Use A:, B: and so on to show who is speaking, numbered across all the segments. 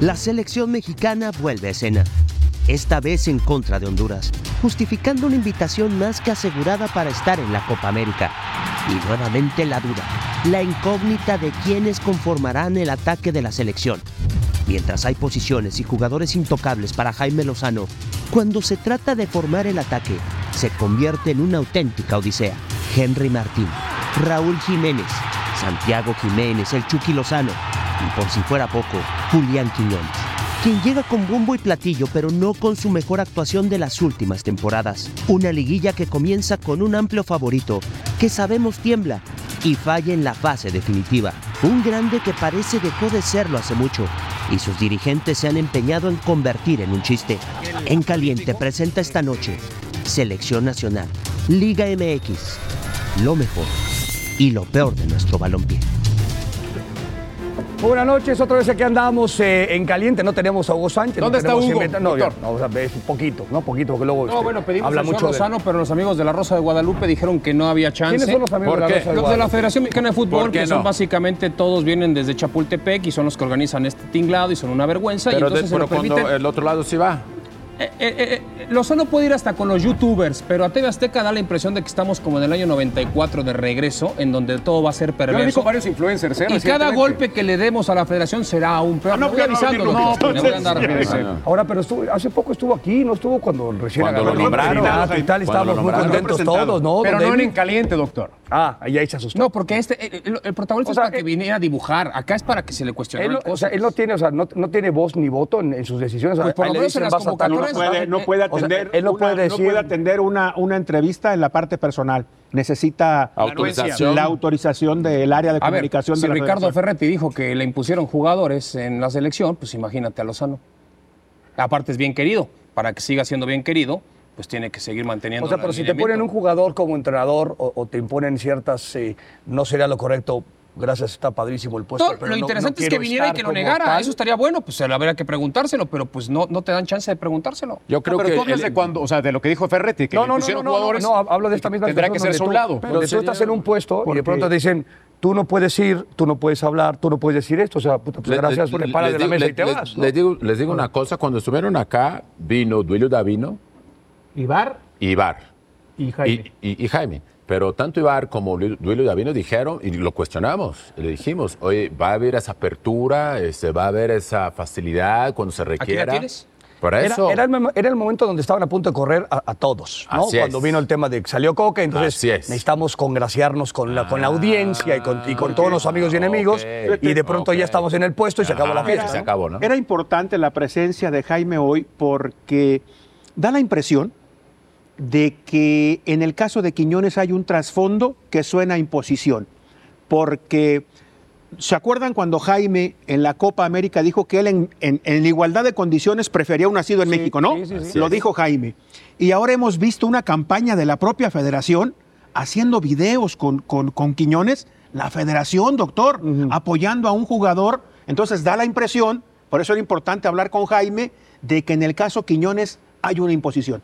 A: La selección mexicana vuelve a escena, esta vez en contra de Honduras, justificando una invitación más que asegurada para estar en la Copa América. Y nuevamente la duda, la incógnita de quienes conformarán el ataque de la selección. Mientras hay posiciones y jugadores intocables para Jaime Lozano, cuando se trata de formar el ataque, se convierte en una auténtica odisea. Henry Martín, Raúl Jiménez, Santiago Jiménez, el Chucky Lozano y por si fuera poco, Julián Quiñones, quien llega con bombo y platillo pero no con su mejor actuación de las últimas temporadas. Una liguilla que comienza con un amplio favorito que sabemos tiembla y falla en la fase definitiva. Un grande que parece dejó de serlo hace mucho y sus dirigentes se han empeñado en convertir en un chiste. En caliente presenta esta noche Selección Nacional, Liga MX, lo mejor y lo peor de nuestro balompié.
B: Buenas noches, otra vez aquí andamos eh, en caliente, no tenemos a Hugo Sánchez.
C: ¿Dónde
B: no
C: está
B: tenemos
C: Hugo,
B: inventa- No,
C: doctor?
B: ya, no, o sea, es un poquito, no poquito, porque luego
C: No,
B: este,
C: bueno, pedimos
B: habla
C: al señor
B: mucho de-
C: Lozano, pero los amigos de la Rosa de Guadalupe dijeron que no había chance.
B: ¿Quiénes son los amigos
C: ¿Por
B: de la
C: qué?
B: Rosa de
C: Los de la
B: Guadalupe?
C: Federación Mexicana de Fútbol,
D: ¿Por qué
C: que son
D: no?
C: básicamente todos vienen desde Chapultepec y son los que organizan este tinglado y son una vergüenza. y
D: Pero, de-
C: entonces se
D: pero
C: lo
D: cuando
C: permiten.
D: el otro lado sí va.
C: Eh, eh, eh, Lozano puede ir hasta con los youtubers, pero a TV Azteca da la impresión de que estamos como en el año 94 de regreso, en donde todo va a ser
E: Yo lo vi
C: perverso.
E: con varios influencers, ¿eh?
C: y cada
E: recientemente.
C: golpe que le demos a la federación será aún peor.
E: Ah,
C: Me
E: no,
C: voy
E: claro,
C: avisando,
E: no,
C: doctor,
E: no,
C: me voy a andar
E: no, no,
C: avisando.
D: no, no.
B: Ahora, pero estuvo- hace poco estuvo aquí, no estuvo cuando recién
D: Cuando
B: agarró
D: lo
B: el
D: nombraron,
B: campeonato y tal,
D: Jaime, cuando
B: estábamos
D: lo
B: muy
D: nombraron.
B: contentos todos, ¿no? Don
E: Pero no en
B: David?
E: el caliente, doctor.
B: Ah, ahí, ahí se asustó.
C: No, porque este, el, el protagonista
B: O sea,
C: es para que
B: eh,
C: viniera a dibujar. Acá es para que se le
B: Él,
C: cuestionara
B: no- o sea, él no tiene, o sea, no, no tiene voz ni voto en, en sus decisiones.
C: Pues por
B: Ahí
C: lo
B: le
C: menos
B: dicen,
C: en las
B: "Vas a atacar".
C: convocatorias,
F: No puede, no puede
B: ah, eh, O sea,
F: atender,
B: él no puede
F: una,
B: decir-
F: puede atender una, una entrevista en la parte personal. Necesita
D: Autorización.
F: la autorización del área de
C: A ver,
F: comunicación
C: si
F: de la
C: Ricardo
F: federación.
C: Ferretti dijo que le impusieron jugadores en la selección, pues imagínate a Lozano. Aparte es bien querido. Para que siga siendo bien querido, pues tiene que seguir manteniendo.
B: O sea,
C: el
B: pero si te
C: alineamiento.
B: ponen un jugador como entrenador o, o te imponen ciertas, eh, no sería lo correcto. Gracias, está padrísimo el puesto.
C: No,
B: pero
C: lo
B: no-
C: interesante
B: no
C: es que
B: quiero
C: viniera y
B: estar
C: que lo
B: como
C: negara.
B: tal.
C: Eso estaría bueno, pues se le habría que preguntárselo, pero pues no, no te dan chance de preguntárselo.
D: Yo creo
E: Pero
D: que
E: tú hablas
D: el-
E: de cuando, o sea, de lo que dijo Ferretti, que
B: No,
E: le
B: no, no, no,
E: pusieron
B: no,
E: jugadores.
B: no, hablo de esta misma
E: Tendrá
B: situación
E: que
B: donde
E: ser
B: tú-
E: soldado.
B: Donde tú estás en un puesto y
F: Porque-
B: de pronto te dicen, tú no puedes ir, tú no puedes hablar, tú no puedes decir esto. O sea, puta, pues
D: Le-
B: gracias,
D: le-
B: le paras de la
D: digo-
B: mesa
D: le-
B: y te
D: le-
B: vas.
D: Les digo, les digo una cosa, cuando estuvieron acá, vino Duilio Davino
G: Ibar
D: y Ibar.
G: y
D: Y,
G: Jaime.
D: y- y Jaime. Pero tanto Ibar como Lu- Duilio Davino dijeron, y lo cuestionamos, y le dijimos, oye, va a haber esa apertura, este, va a haber esa facilidad cuando se requiera.
C: tienes?
D: Para
B: Era,
D: eso.
B: era el, mom- era el momento donde estaban a punto de correr a, a todos, ¿no?
D: Así es.
B: Cuando vino el tema de que salió Coque, entonces
D: Así es.
B: necesitamos congraciarnos con la, con la audiencia y con, y con todos los amigos y
D: Ah,
B: enemigos
D: ok.
B: y de pronto
D: Ok.
B: ya estamos en el puesto y se acabó la
D: Ah,
B: fiesta.
D: Se
B: ¿no?
D: acabó, ¿no?
F: Era importante la presencia de Jaime hoy porque da la impresión de que en el caso de Quiñones hay un trasfondo que suena a imposición. Porque, ¿se acuerdan cuando Jaime en la Copa América dijo que él en, en- en igualdad de condiciones prefería un nacido en México, no?
B: sí, sí, sí.
F: Lo dijo Jaime. Y ahora hemos visto una campaña de la propia federación haciendo videos con, con- con Quiñones, la federación, doctor, apoyando a un jugador. Entonces da la impresión, por eso era importante hablar con Jaime, de que en el caso Quiñones hay una imposición.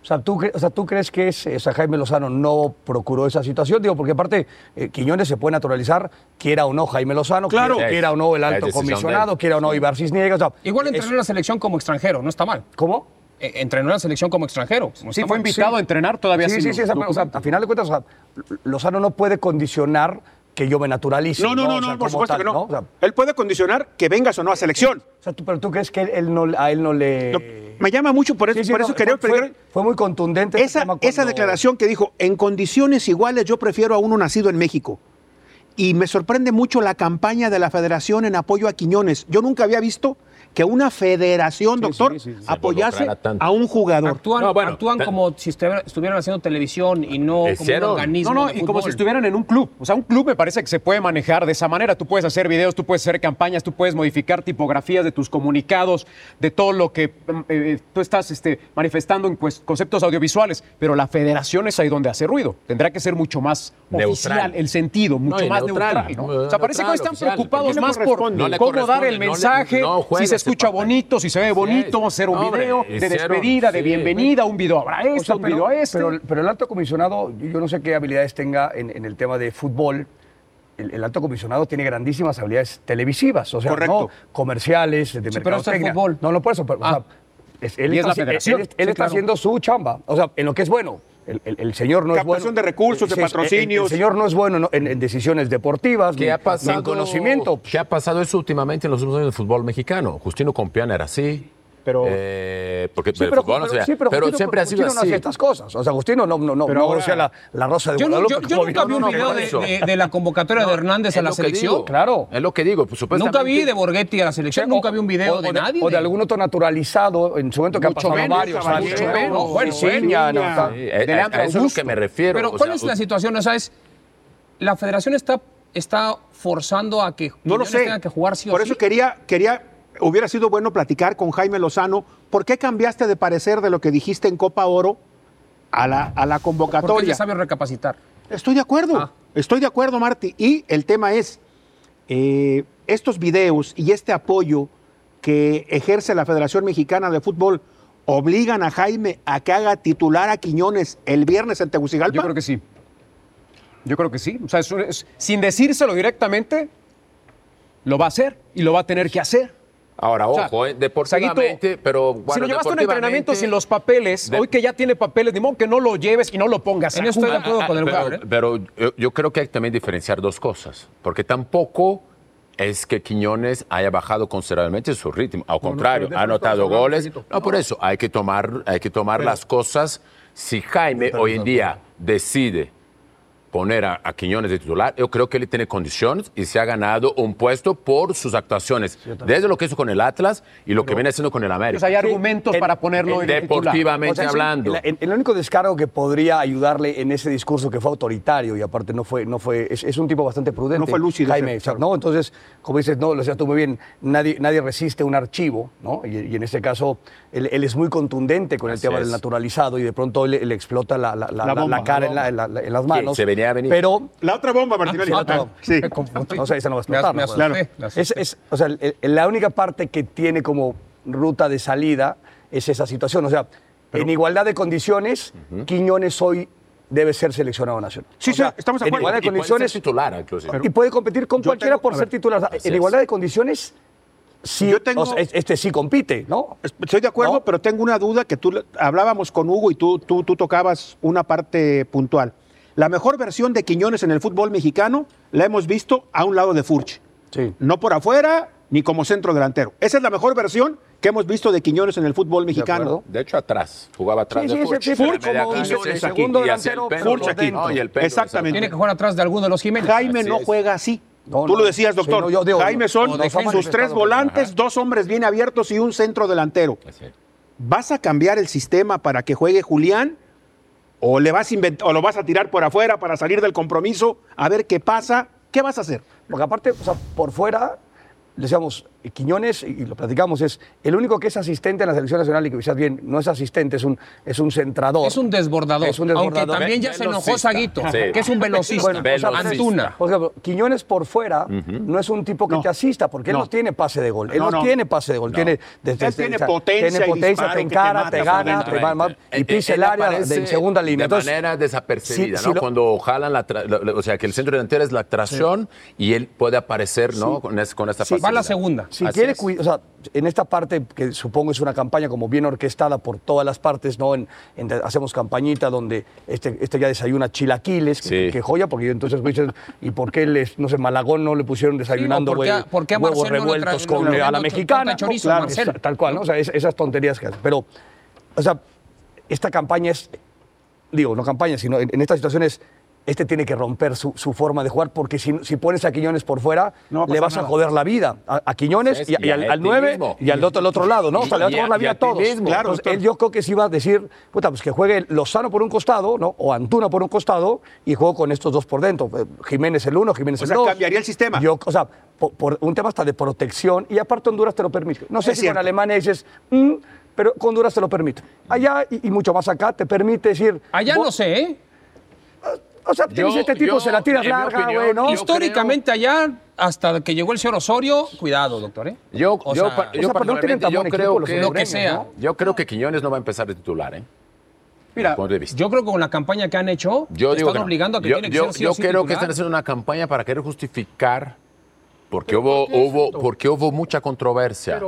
B: O sea, ¿tú, cre- o sea, ¿tú crees que es, o sea, Jaime Lozano no procuró esa situación? Digo, porque aparte, eh, Quiñones se puede naturalizar, quiera o no Jaime Lozano,
D: Claro.
B: quiera, quiera o no el
D: La
B: alto
D: decisión de él.
B: comisionado, quiera o no Ibar Cisniega. o sea,
C: Igual
B: es-
C: entrenó en la selección como extranjero, no está mal.
B: ¿Cómo?
C: Eh, entrenó en la selección como extranjero. no
E: Sí,
C: está
E: fue
C: mal.
E: invitado a entrenar todavía
B: Sí,
E: sin
B: sí, sí. o sea, o sea, a final de cuentas, o sea, Lozano no puede condicionar que yo me naturalice.
F: No, no, no,
B: O sea,
F: no, por
B: como
F: supuesto
B: tal,
F: que no.
B: O sea,
F: Él puede condicionar que vengas o no a selección.
B: o sea, tú- pero tú crees que él, él no, a él no le.
F: Lo- me llama mucho por eso,
B: Eh, Sí, sí,
F: por
B: no,
F: eso quería
B: fue,
F: platicar-
B: fue, fue muy contundente. este
E: esa,
B: tema
E: esa
B: cuando-
E: declaración que dijo, en condiciones iguales yo prefiero a uno nacido en México. Y me sorprende mucho la campaña de la federación en apoyo a Quiñones. Yo nunca había visto que una federación, doctor,
F: sí, sí, sí.
E: apoyase
D: Involucrara tanto.
E: a un jugador.
C: Actúan,
D: No, bueno,
C: actúan
D: ta-
C: como si estuviera- estuvieran haciendo televisión y no como un
D: Hicieron.
C: organismo.
E: No, no,
C: de
E: y como
C: fútbol.
E: si estuvieran en un club. O sea, un club me parece que se puede manejar de esa manera. Tú puedes hacer videos, tú puedes hacer campañas, tú puedes modificar tipografías de tus comunicados, de todo lo que mm, eh, tú estás este, manifestando en pues, conceptos audiovisuales. Pero la federación es ahí donde hace ruido. Tendrá que ser mucho más
D: Neutral.
E: oficial el sentido, mucho
D: y
E: más
D: neutral,
E: neutral. ¿no?
D: muy
E: o sea, parece que hoy
D: neutral,
E: están
D: oficial,
E: preocupados
D: porque
E: más
D: no
E: por
D: corresponde. No le
E: cómo dar el
D: corresponde, no le-
E: mensaje,
D: no juega
E: si se
D: ese
E: escucha
D: papel.
E: bonito, si se ve
D: Sí,
E: bonito, hacer un
D: hombre,
E: video de
D: hicieron,
E: despedida, de
D: sí.
E: bienvenida, un video habrá
B: O
E: esto,
B: sea,
E: un
B: pero,
E: video a este.
B: pero- pero el alto comisionado, yo yo no sé qué habilidades tenga en, en el tema de fútbol, el, el alto comisionado tiene grandísimas habilidades televisivas, o sea,
F: Correcto.
B: no comerciales, de
C: Sí, pero
B: mercadotecnia.
C: es el fútbol.
B: No, no por eso, pero, o
C: Ah.
B: sea, es- él
E: Y es
B: está,
E: la
B: haci-
E: federación.
B: él- él
E: Sí,
B: está
E: claro.
B: haciendo su chamba, o sea, en lo que es bueno. El, el- el señor no es
G: Captación de
B: bueno.
G: recursos, de
B: Sí, sí, el- El,
G: patrocinios.
B: señor no es bueno ¿no? en, en decisiones deportivas, ni,
D: ¿Qué ha
B: ni
D: pasado?
B: en conocimiento.
D: ¿Qué ha pasado eso últimamente en los últimos años del fútbol mexicano? Justino Compián era así.
G: Pero-
D: Eh, porque
B: Sí,
D: el
B: pero,
D: fútbol no se
B: pero-
D: vea.
B: sí, pero
D: Pero
B: Agustino-
D: siempre ha sido
B: Agustino no
D: así.
B: hace estas cosas. O sea, Agustino no, no, no, no
E: ahora-
B: grosea la, la rosa de
C: Yo, no-
B: Guadalupe.
C: yo- yo
B: como
C: nunca vi
B: dijo.
C: un
D: no, no,
C: video
D: por
C: de,
D: eso.
C: de- de la convocatoria de Hernández a
D: Es
C: la
D: lo que
C: selección.
D: digo.
B: claro.
D: Es lo que digo. pues,
C: Nunca vi
D: supuestamente-
C: de Borghetti a la selección, nunca vi un video
B: o
C: de, nadie.
B: O de algún otro naturalizado en su momento que ha pasado
G: menos,
B: varios.
G: caballero.
B: mucho
C: Mucho menos.
B: Bueno,
G: Sí,
B: Ciña, no,
G: Ciña.
B: está-
D: Sí, a- a-
E: Leandro
D: eh, a eso es lo
E: Augusto.
D: que me refiero.
C: Pero
D: o
C: ¿cuál
D: sea,
C: es la situación? O sea, es, la federación está, está forzando a que
F: No lo
C: Quiñones
F: sé.
C: tenga que jugar sí o
F: Por
C: sí.
F: eso quería, quería, hubiera sido bueno platicar con Jaime Lozano. ¿Por qué cambiaste de parecer de lo que dijiste en Copa Oro a la, a la
C: porque
F: convocatoria?
C: ya sabe recapacitar.
F: Estoy de acuerdo,
C: Ah.
F: estoy de acuerdo, Marti. Y el tema es, eh, estos videos y este apoyo que ejerce la Federación Mexicana de Fútbol obligan a Jaime a que haga titular a Quiñones el viernes en Tegucigalpa.
E: Yo creo que sí. Yo creo que sí. O sea, es- es- sin decírselo directamente, lo va a hacer y lo va a tener que hacer.
D: Ahora,
E: O sea,
D: ojo, eh, deportivamente,
E: Saguito,
D: pero
E: si
D: bueno,
E: lo llevaste a un
D: deportivamente-
E: entrenamiento sin los papeles,
D: de-
E: hoy que ya tiene papeles, ni modo que no lo lleves y no lo pongas.
C: En
E: a
C: esto estoy de
E: jugar.
C: acuerdo con el
D: pero,
C: jugador, ¿eh?
D: pero yo, yo creo que hay que también diferenciar dos cosas, porque tampoco es que Quiñones haya bajado considerablemente su ritmo, al contrario,
B: de
D: ha
B: eso
D: anotado
B: estamos hablando,
D: goles.
B: Chiquito.
D: No, por eso hay que tomar, hay que tomar las cosas. Si Jaime hoy en día decide poner a, a Quiñones de titular, yo creo que él tiene condiciones y se ha ganado un puesto por sus actuaciones, desde lo que hizo con el Atlas y lo que viene haciendo con el América.
E: Entonces, hay argumentos
B: en-
E: para ponerlo en,
D: Deportivamente
B: O sea, sí,
D: hablando.
B: la- el, el único descargo que podría ayudarle en ese discurso que fue autoritario y aparte no fue, no fue, es, es un tipo bastante prudente.
F: No fue lúcido,
B: Jaime,
F: ese-
B: o sea, ¿no? Entonces, como dices, no, lo sea, tú muy bien, nadie, nadie resiste un archivo, ¿no? Y, y en este caso, él, él es muy contundente con el
D: Así
B: tema
D: es.
B: del naturalizado y de pronto le, le explota la, la- la- la
F: bomba,
B: cara
F: la
B: en, la- en la- en las manos.
D: se venía a venir.
B: Pero
G: La otra bomba, Martinelli.
C: Ah,
G: La otra
C: ah,
G: bomba.
F: Sí.
C: me confundí.
B: no sé, esa no va a
C: Me as-
B: explotar.
C: me
B: ¿no?
C: asusté,
F: Claro.
C: me asusté.
B: Es, es- o sea, el- el- la única parte que tiene como ruta de salida es esa situación. O sea, en igualdad de condiciones, Quiñones hoy debe ser seleccionado nacional.
F: Sí,
B: O sea,
F: sí, estamos de
B: en
F: acuerdo.
B: igualdad de
D: Y puede ser
B: condiciones
D: titular, inclusive.
B: y puede competir con
F: Yo
B: cualquiera
F: tengo-
B: por
F: a
B: ser
F: ver,
B: titular. O sea,
D: así
B: en
D: es.
B: igualdad de condiciones, sí,
F: Yo tengo-
B: o sea, es- este sí compite, ¿no?
F: Estoy de acuerdo,
B: ¿No?
F: pero tengo una duda que tú le- hablábamos con Hugo y tú, tú, tú tocabas una parte puntual. La mejor versión de Quiñones en el fútbol mexicano la hemos visto a un lado de Furch.
B: Sí.
F: No por afuera ni como centro delantero. Esa es la mejor versión que hemos visto de Quiñones en el fútbol mexicano.
B: acuerdo.
D: De hecho, atrás. Jugaba atrás
B: Sí,
D: de
B: sí,
D: Furch.
B: sí, sí, Furch
D: Era
B: como
D: media
B: un
D: cancha,
B: segundo
D: y hacía el
B: delantero,
D: péndulo.
B: Furch aquí.
D: No, y el péndulo,
F: Exactamente.
D: exacto.
C: Tiene que jugar atrás de alguno de los Jiménez.
F: Jaime
D: Así
F: no
D: es.
F: juega así.
B: No,
F: Tú
B: no,
F: lo decías,
B: sí,
F: doctor.
B: no, yo digo,
F: Jaime
B: no,
F: son
B: no,
C: defensa.
F: sus tres volantes, dos hombres bien abiertos y un centro delantero.
D: Así es.
F: ¿Vas a cambiar el sistema para que juegue Julián? ¿O, le vas a invent- o lo vas a tirar por afuera para salir del compromiso? A ver qué pasa. ¿Qué vas a hacer?
B: Porque aparte, o sea, por fuera, le decíamos, eh, Quiñones, y y lo platicamos, es el único que es asistente en la selección nacional y que quizás bien, no es asistente, es un, es un centrador.
C: Es un desbordador.
B: Es un desbordador. pues,
C: Aunque también ya
D: Ve-
C: se enojó
D: velocista.
C: Saguito,
D: Sí.
C: que es un velocista.
D: Bueno, o sea,
C: Antuna.
B: Por ejemplo, Quiñones por fuera no es un tipo que
F: No.
B: te asista, porque él
F: No.
B: no tiene pase de gol. Él
F: No,
B: no,
F: no.
B: tiene pase de gol. Tiene, desde-
F: Él tiene
B: o sea,
F: potencia
B: tiene
F: y
B: potencia,
F: disparo
B: te
F: que te
B: encara,
F: mata
B: te,
F: por
B: gana,
F: dentro.
B: te va, va- y
D: Él-
B: pisa el
D: él
B: área de
D: aparece
B: en segunda línea.
D: eh, De
B: Entonces,
D: manera desapercibida,
B: si- si
D: ¿no?
B: lo-
D: Cuando jalan la, tra- la- la- O sea, que el centro delantero es la tracción y él puede aparecer, ¿no? Con, es- con esta
B: Sí.
C: Va a la
D: facilidad.
C: segunda.
B: Si
D: Así
B: quiere,
D: es.
B: cui- o sea, en esta parte que supongo es una campaña como bien orquestada por todas las partes, ¿no? En, en- hacemos campañita donde este, este ya desayuna chilaquiles, que,
D: Sí.
B: que joya, porque yo entonces me dicen, ¿y por qué les, no sé, Malagón no le pusieron desayunando
C: Sí, o por qué a-
B: hue-
C: por qué a
B: huevos
C: Marcelo le tra-
B: revueltos
C: le
B: con
C: traen
B: a la
C: ocho-
B: mexicana?
C: tanta chorizo, Marcelo.
B: tal cual, ¿no? O sea, es- esas tonterías que hacen. Pero, o sea, esta campaña es digo, no campaña, sino en, en estas situaciones, este tiene que romper su, su forma de jugar, porque si, si pones a Quiñones por fuera,
F: No va a
B: le
F: pasar
B: vas
F: nada.
B: a joder la vida. A, a Quiñones
D: Así
B: y,
D: es,
B: y
D: y a
B: al,
D: ti
B: al 9
D: mismo.
B: y al otro, al otro lado, ¿no? O sea,
D: Y-
B: le vas a
D: y a-
B: joder la
D: y
B: vida
D: a
B: a,
D: ti
B: todos.
D: mismo. Claro,
B: Entonces, él yo creo que sí iba a decir, puta, pues que juegue Lozano por un costado, ¿no? O Antuna por un costado y juego con estos dos por dentro. Eh, Jiménez el uno, Jiménez
F: O
B: el
F: sea,
B: dos.
F: cambiaría el sistema.
B: Yo, o sea, por, por un tema hasta de protección y aparte Honduras te lo permite. No sé
F: Es
B: si
F: cierto.
B: con Alemania dices, "Mm", pero con Honduras te lo permite. Allá y, y mucho más acá te permite decir.
C: Allá
B: vos-
C: no sé, ¿eh?
B: o sea, tienes
D: Yo-
B: este tipo,
D: yo,
B: se la tiras
D: en mi
B: larga,
D: opinión,
B: güey, ¿no?
D: yo-
C: Históricamente allá, hasta que llegó el señor Osorio, cuidado, doctor, ¿eh?
D: Yo,
C: O
D: yo,
C: sea,
D: pa-
B: o sea, pero no tienen
D: particularmente,
B: tan
D: yo
B: buen equipo
D: creo
B: los
D: que,
C: Lo que sea.
D: yo creo que Quiñones no va a empezar de titular, ¿eh? mi
C: Mira,
D: punto de vista.
C: yo creo que con la campaña que han hecho,
D: Yo
C: te
D: digo
C: están
D: que no.
C: obligando a que
D: yo,
C: tiene que
D: yo-
C: ser sí
D: yo
C: o sí
D: creo que
C: titular.
D: están haciendo una campaña para querer justificar porque hubo, hubo, porque hubo mucha controversia.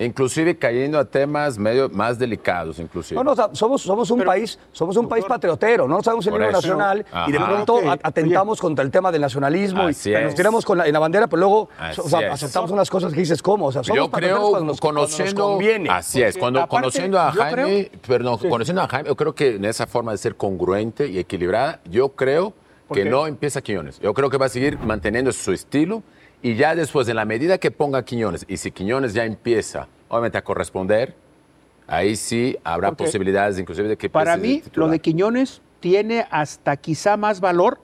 D: Inclusive cayendo a temas medio más delicados, inclusive.
B: No, no, o sea, somos, somos un país, somos un país patriotero, no sabemos el
D: Por
B: himno
D: eso.
B: nacional y de
D: Ajá.
B: pronto
F: Ok,
B: a- atentamos contra el tema del nacionalismo y
D: Así
B: nos
D: es.
B: tiramos con la, en la bandera, pero luego so- o sea,
D: Así es.
B: aceptamos unas cosas que dices, ¿cómo? O sea, somos
D: yo
B: patrioteros
D: creo
B: cuando nos, cuando nos
D: conociendo
B: conviene.
D: así es
F: Porque
D: cuando
F: aparte,
D: conociendo a
F: yo
D: Jaime perdón conociendo a Jaime yo creo que en esa forma de ser congruente y equilibrada yo creo que no empieza Quiñones yo creo que va a seguir manteniendo su estilo y ya después en la medida que ponga Quiñones y si Quiñones ya empieza obviamente a corresponder ahí sí habrá
F: Porque
D: posibilidades inclusive de que
F: Para
D: empiece
F: mí,
D: titular.
F: lo de Quiñones tiene hasta quizá más valor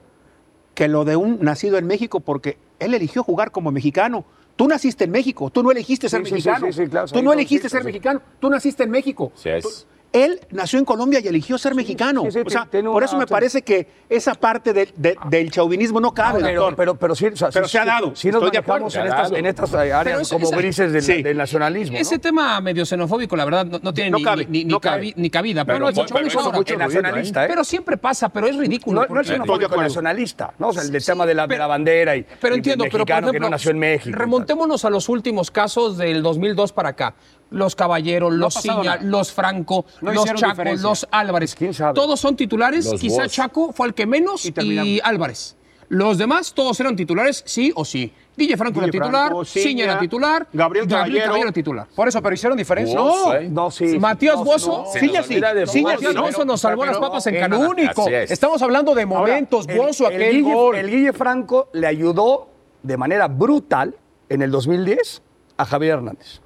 F: que lo de un nacido en México, porque él eligió jugar como mexicano. Tú naciste en México, tú no elegiste ser
B: Sí, sí,
F: mexicano.
B: sí, sí, sí, claro,
F: tú
B: sí,
F: no
B: sí,
F: elegiste
B: sí,
F: ser
B: sí.
F: mexicano, tú naciste en México.
D: Así es.
F: Él nació en Colombia y eligió ser mexicano.
B: sí, sí,
F: o sea,
B: tiene
F: por
B: una-
F: eso me parece que esa parte de- de- del chauvinismo no cabe,
B: Ah, Pero,
F: doctor.
B: pero, pero sí, o sea,
F: Pero
B: sí-
F: se ha dado.
B: Sí nos
F: Estoy de acuerdo.
B: manejamos
F: Se
D: ha
B: en estas,
D: dado.
B: en estas eh, áreas
C: Pero eso-
B: como
C: esa-
B: grises del,
F: sí.
B: del nacionalismo. ¿no?
C: Ese tema medio xenofóbico, la verdad, no, no tiene
F: No
C: ni,
F: cabe,
C: ni- ni
F: no
C: cabi-
F: cabe.
C: ni cabida. Pero,
D: Pero
C: es
D: mucho-
C: mucho
D: pero eso
C: ahora.
D: mucho
B: El nacionalista, ¿eh?
C: Pero siempre pasa, pero es ridículo.
B: No, no es
C: porque-
B: xenofóbico,
F: de acuerdo.
B: nacionalista, ¿no? O sea, el del
C: Sí,
B: tema de la, de
C: pero-
B: la bandera y,
C: Pero
B: y
C: entiendo, pero
B: mexicano
C: por ejemplo,
B: que no nació en México. y tal.
C: Remontémonos a los últimos casos del 2002 para acá. Los Caballeros,
E: ha
C: los
E: pasado
C: Ciña,
E: nada.
C: los Franco,
E: No
C: los
E: hicieron
C: Chaco,
E: diferencia.
C: los Álvarez.
B: ¿Quién sabe?
C: Todos son titulares,
D: Los
C: quizá
D: Bosch.
C: Chaco fue el que menos
F: Y
C: y,
F: terminamos.
C: Álvarez. Los demás todos eran titulares, sí o sí. Guille Franco
F: Guille
C: era titular,
F: Franco,
C: Ciña,
F: Ciña,
C: era titular,
F: Gabriel Caballero.
C: era titular.
E: Por eso, pero hicieron diferencia.
D: Wow, ¿eh?
B: No, sí.
C: Matías Bozo,
D: Se
F: Sí, ya
D: nos
F: sí,
D: olvida de
F: sí, ya
D: Bozo.
F: sí.
C: Matías Bozo nos salvó las papas en
E: El
C: Canadá.
E: único.
D: Así es.
E: Estamos hablando de
B: Ahora,
E: momentos,
B: el-
E: Bozo,
B: el
E: aquel
B: Guille-
E: gol.
B: El Guille Franco le ayudó de manera brutal en el 2010 a Javier Hernández.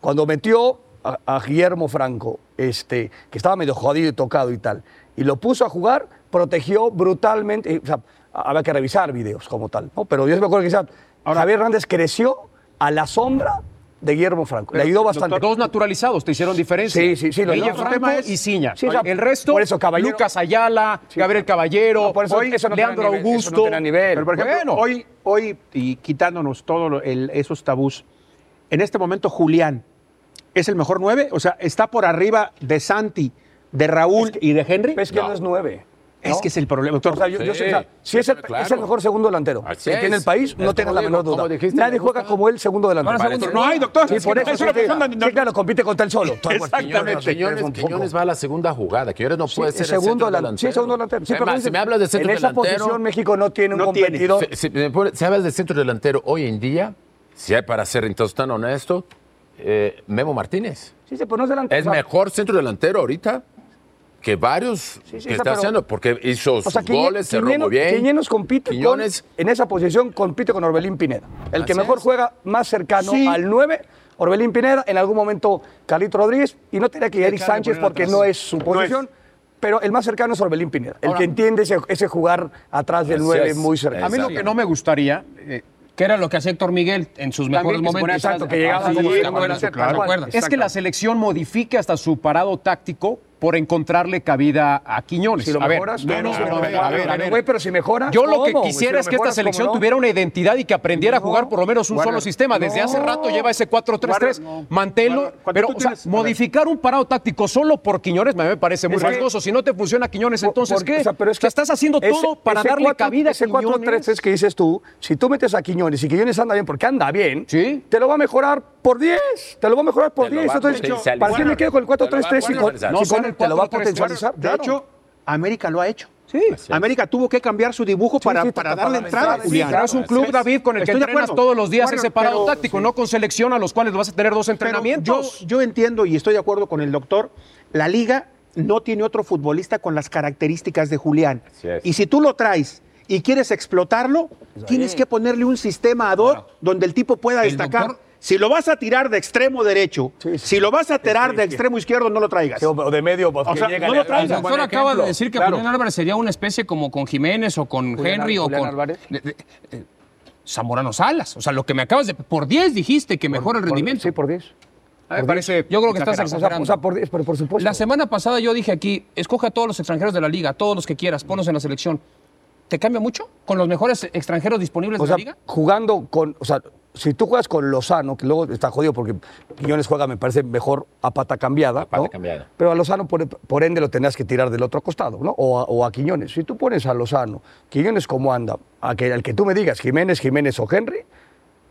B: Cuando metió a, a Guillermo Franco, este, que estaba medio jodido y tocado y tal, y lo puso a jugar, protegió brutalmente. eh, o sea, ha- habrá que revisar videos como tal, ¿no? Pero yo sí me acuerdo que quizá Javier Hernández creció a la sombra de Guillermo Franco. le ayudó bastante.
E: Dos naturalizados te hicieron diferencia.
B: Sí, sí, sí, lo
E: Guille
B: digo.
E: Franco
B: El tema es-
E: y Ciña.
B: Sí, o sea,
E: el resto,
B: por eso, Caballero-
E: Lucas Ayala, Gabriel Caballero,
B: No, por eso-
E: hoy
B: eso no
E: Leandro
B: tenía nivel, eso no
E: Augusto.
B: tenía nivel.
F: Pero, por ejemplo,
E: Bueno.
F: hoy, hoy, y quitándonos todos esos tabús, en este momento Julián es el mejor 9, o sea, está por arriba de Santi, de Raúl y de Henry.
B: Es que no, es nueve.
F: Es que es el problema. doctor.
B: O sea, yo- yo sé, o sea, si es el,
D: claro.
B: es el mejor segundo delantero
D: Así
B: que tiene
D: es.
B: el país, no
D: Es
B: tengas
D: como
B: la
D: digo,
B: menor duda.
D: como dijiste,
B: Nadie
D: me
B: juega
D: gusta.
B: como el segundo delantero.
C: Ahora,
B: Parece.
C: segundo-
F: no hay, doctor.
B: Sí, por
F: Es
B: eso.
F: una
B: sí,
F: persona-
B: sí, claro, compite contra él solo. Estoy de acuerdo.
D: Quiñones, Quiñones,
B: un poco.
D: Quiñones va a la segunda jugada. Quiñones no puede
B: Sí,
D: ser el
B: segundo
D: centro
B: delan-
D: delantero.
B: Sí, segundo delantero. Sí,
D: Es
B: pero
D: más,
B: dices,
D: si me hablas de
B: En
D: centro
B: esa
D: delantero,
B: posición México no tiene un
F: No tiene.
B: competidor.
D: Si, si me pone- si hablas de centro delantero hoy en día, si hay para ser entonces tan honesto, eh, Memo Martínez.
B: Sí, sí, pero no es delantero.
D: Es
B: O sea,
D: mejor centro delantero ahorita que varios
B: Sí, sí,
D: que
B: o sea,
D: está
B: pero-
D: haciendo, porque hizo
E: Pues
D: sus
B: O sea, Quiñe-
D: goles, se
B: Quiñeno-
D: robó bien.
B: Quiñenos compite con-
D: Quiñones-
B: en esa posición compite con Orbelín Pineda. El que
D: Así
B: mejor
D: es.
B: juega más cercano
F: Sí.
B: al 9, Orbelín Pineda, en algún momento Carlito Rodríguez, y no tenía que ir Eric Sánchez porque no es su posición. Pero el más cercano es Orbelín Pineda, el que entiende ese, ese jugar atrás del
D: Así
B: 9
D: es.
B: muy cercano.
E: A mí lo que no me gustaría, eh,
C: Que era lo que hacía Héctor Miguel en sus mejores
B: También que se ponía
C: momentos. Ah,
B: exacto, que llegaba como
C: Sí, ¿te
B: si
C: acuerdas?
B: fuera-
C: Claro. ¿Te acuerdas?
E: es que la
B: Exactamente.
E: selección modifique hasta su parado táctico por encontrarle cabida a Quiñones.
B: Si lo
E: A ver,
B: mejoras,
E: no,
B: claro,
E: no,
B: si lo
E: no, a ver,
B: mejoras,
E: a ver, a
B: pero,
E: ver.
B: güey, pero si mejoras,
E: Yo lo que
B: ¿cómo, güey? Si
E: quisiera
B: lo
E: es que esta
B: mejoras, ¿cómo
E: selección
B: no?
E: tuviera una identidad y que aprendiera a
B: No.
E: jugar por lo menos un
B: Warner,
E: solo sistema. Desde hace
B: no.
E: rato lleva ese 4-3-3,
F: Warner, no.
E: manténlo.
F: Warner, cuando
E: Pero,
F: tú
E: o sea,
F: tienes- a ver.
E: modificar un parado táctico solo por Quiñones me me parece muy
B: Es que-
E: riesgoso. Si no te funciona Quiñones, entonces
B: Porque,
E: ¿qué?
B: o sea, pero es
E: O sea,
B: que
E: estás haciendo
B: ese-
E: todo para
B: ese
E: darle
B: cuatro-
E: cabida a
B: Ese 4-3-3
E: Quiñones.
B: que dices tú, si tú metes a Quiñones y Quiñones anda bien, porque anda bien,
E: Sí.
B: te lo va a mejorar por 10. Te lo va a mejorar por
D: Te lo
B: 10.
D: va a
B: Entonces,
D: potencializar.
B: ¿para qué me quedo con el 4-3-3? Si
D: Te lo va a
B: con-
D: potencializar.
B: si
E: No,
B: con-
E: son el
B: te lo va a
E: 4-3-3.
B: potencializar.
F: de
B: claro.
F: hecho, América lo ha hecho.
E: Sí.
F: América tuvo que cambiar su dibujo para,
B: sí,
F: para
B: para
F: darle
B: la
F: entrada a
B: entrada, sí,
F: Julián.
E: Creas un club, David, con el que
F: Estoy de
E: entrenas
F: acuerdo.
E: todos los días
F: Warner,
E: ese parado
F: pero-
E: táctico, no con selección a los cuales vas a tener dos
F: Pero
E: entrenamientos.
F: Yo, yo entiendo y estoy de acuerdo con el doctor, la liga no tiene otro futbolista con las características de Julián.
D: Así es.
F: Y si tú lo traes y quieres explotarlo, tienes que ponerle un sistema ad hoc donde el tipo pueda
C: El
F: destacar.
C: doctor-
F: Si lo vas a tirar de extremo derecho,
B: Sí, sí.
F: si lo vas a tirar de
B: sí.
F: extremo izquierdo, no lo traigas.
B: Sí, O de medio,
E: pues,
B: porque
F: sea,
B: llega
F: no
B: el-
F: lo traigas.
B: es un buen
C: doctor acaba de
B: ejemplo.
C: decir que
B: Claro.
C: Julián Álvarez sería una especie como con Jiménez o con
B: Julián
C: Henry o
B: Álvarez,
C: con
B: Julián Álvarez.
C: de- de- eh, Zamorano Salas. O sea, lo que me acabas de. Por 10 dijiste que mejora el
B: Por-
C: rendimiento.
B: Sí, por 10.
E: A mí me parece
C: Yo creo que estás
E: exagerado.
B: O sea,
C: exagerando.
B: o sea, por 10, pero por supuesto.
C: La semana pasada yo dije aquí: escoge a todos los extranjeros de la liga, a todos los que quieras, ponlos en la selección. ¿Te cambia mucho con los mejores extranjeros disponibles
B: O
C: de la
B: sea,
C: liga?
B: jugando con. O sea, si tú juegas con Lozano, que luego está jodido porque Quiñones juega, me parece, mejor a pata cambiada.
D: pata
B: ¿no?
D: cambiada.
B: Pero a Lozano, por, por ende, lo tendrás que tirar del otro costado, ¿no? O a, o a Quiñones. Si tú pones a Lozano, Quiñones cómo anda, a que, al que tú me digas, Jiménez, Jiménez o Henry,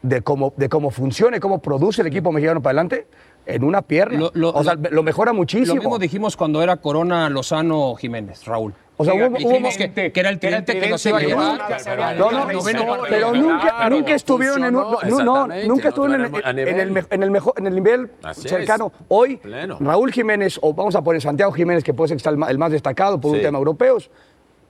B: de cómo, de cómo funciona y cómo produce el equipo mexicano para adelante, en una pierna.
C: Lo- lo-
B: o sea,
C: lo-
B: lo mejora
C: Lo
B: muchísimo.
C: mismo dijimos cuando era Corona Lozano Jiménez, Raúl.
B: O sea,
C: Diga,
B: hubo-
C: dijimos
B: hubo-
C: que, que era el tridente que nos iba a llevar.
B: No, no,
C: noveno
B: pero-
C: partido.
B: pero nunca,
D: Claro,
B: nunca estuvieron en un-
D: funcionó,
B: no, no,
D: exactamente,
B: nunca
D: no
B: estuvieron en,
D: estuvieron a
B: en
D: nivel.
B: el, me- en el mejor, en el nivel
D: Así es,
B: cercano. Hoy,
D: pleno.
B: Raúl Jiménez, o vamos a poner Santiago Jiménez, que puede ser que está el ma- el más destacado por un
D: Sí.
B: tema europeos,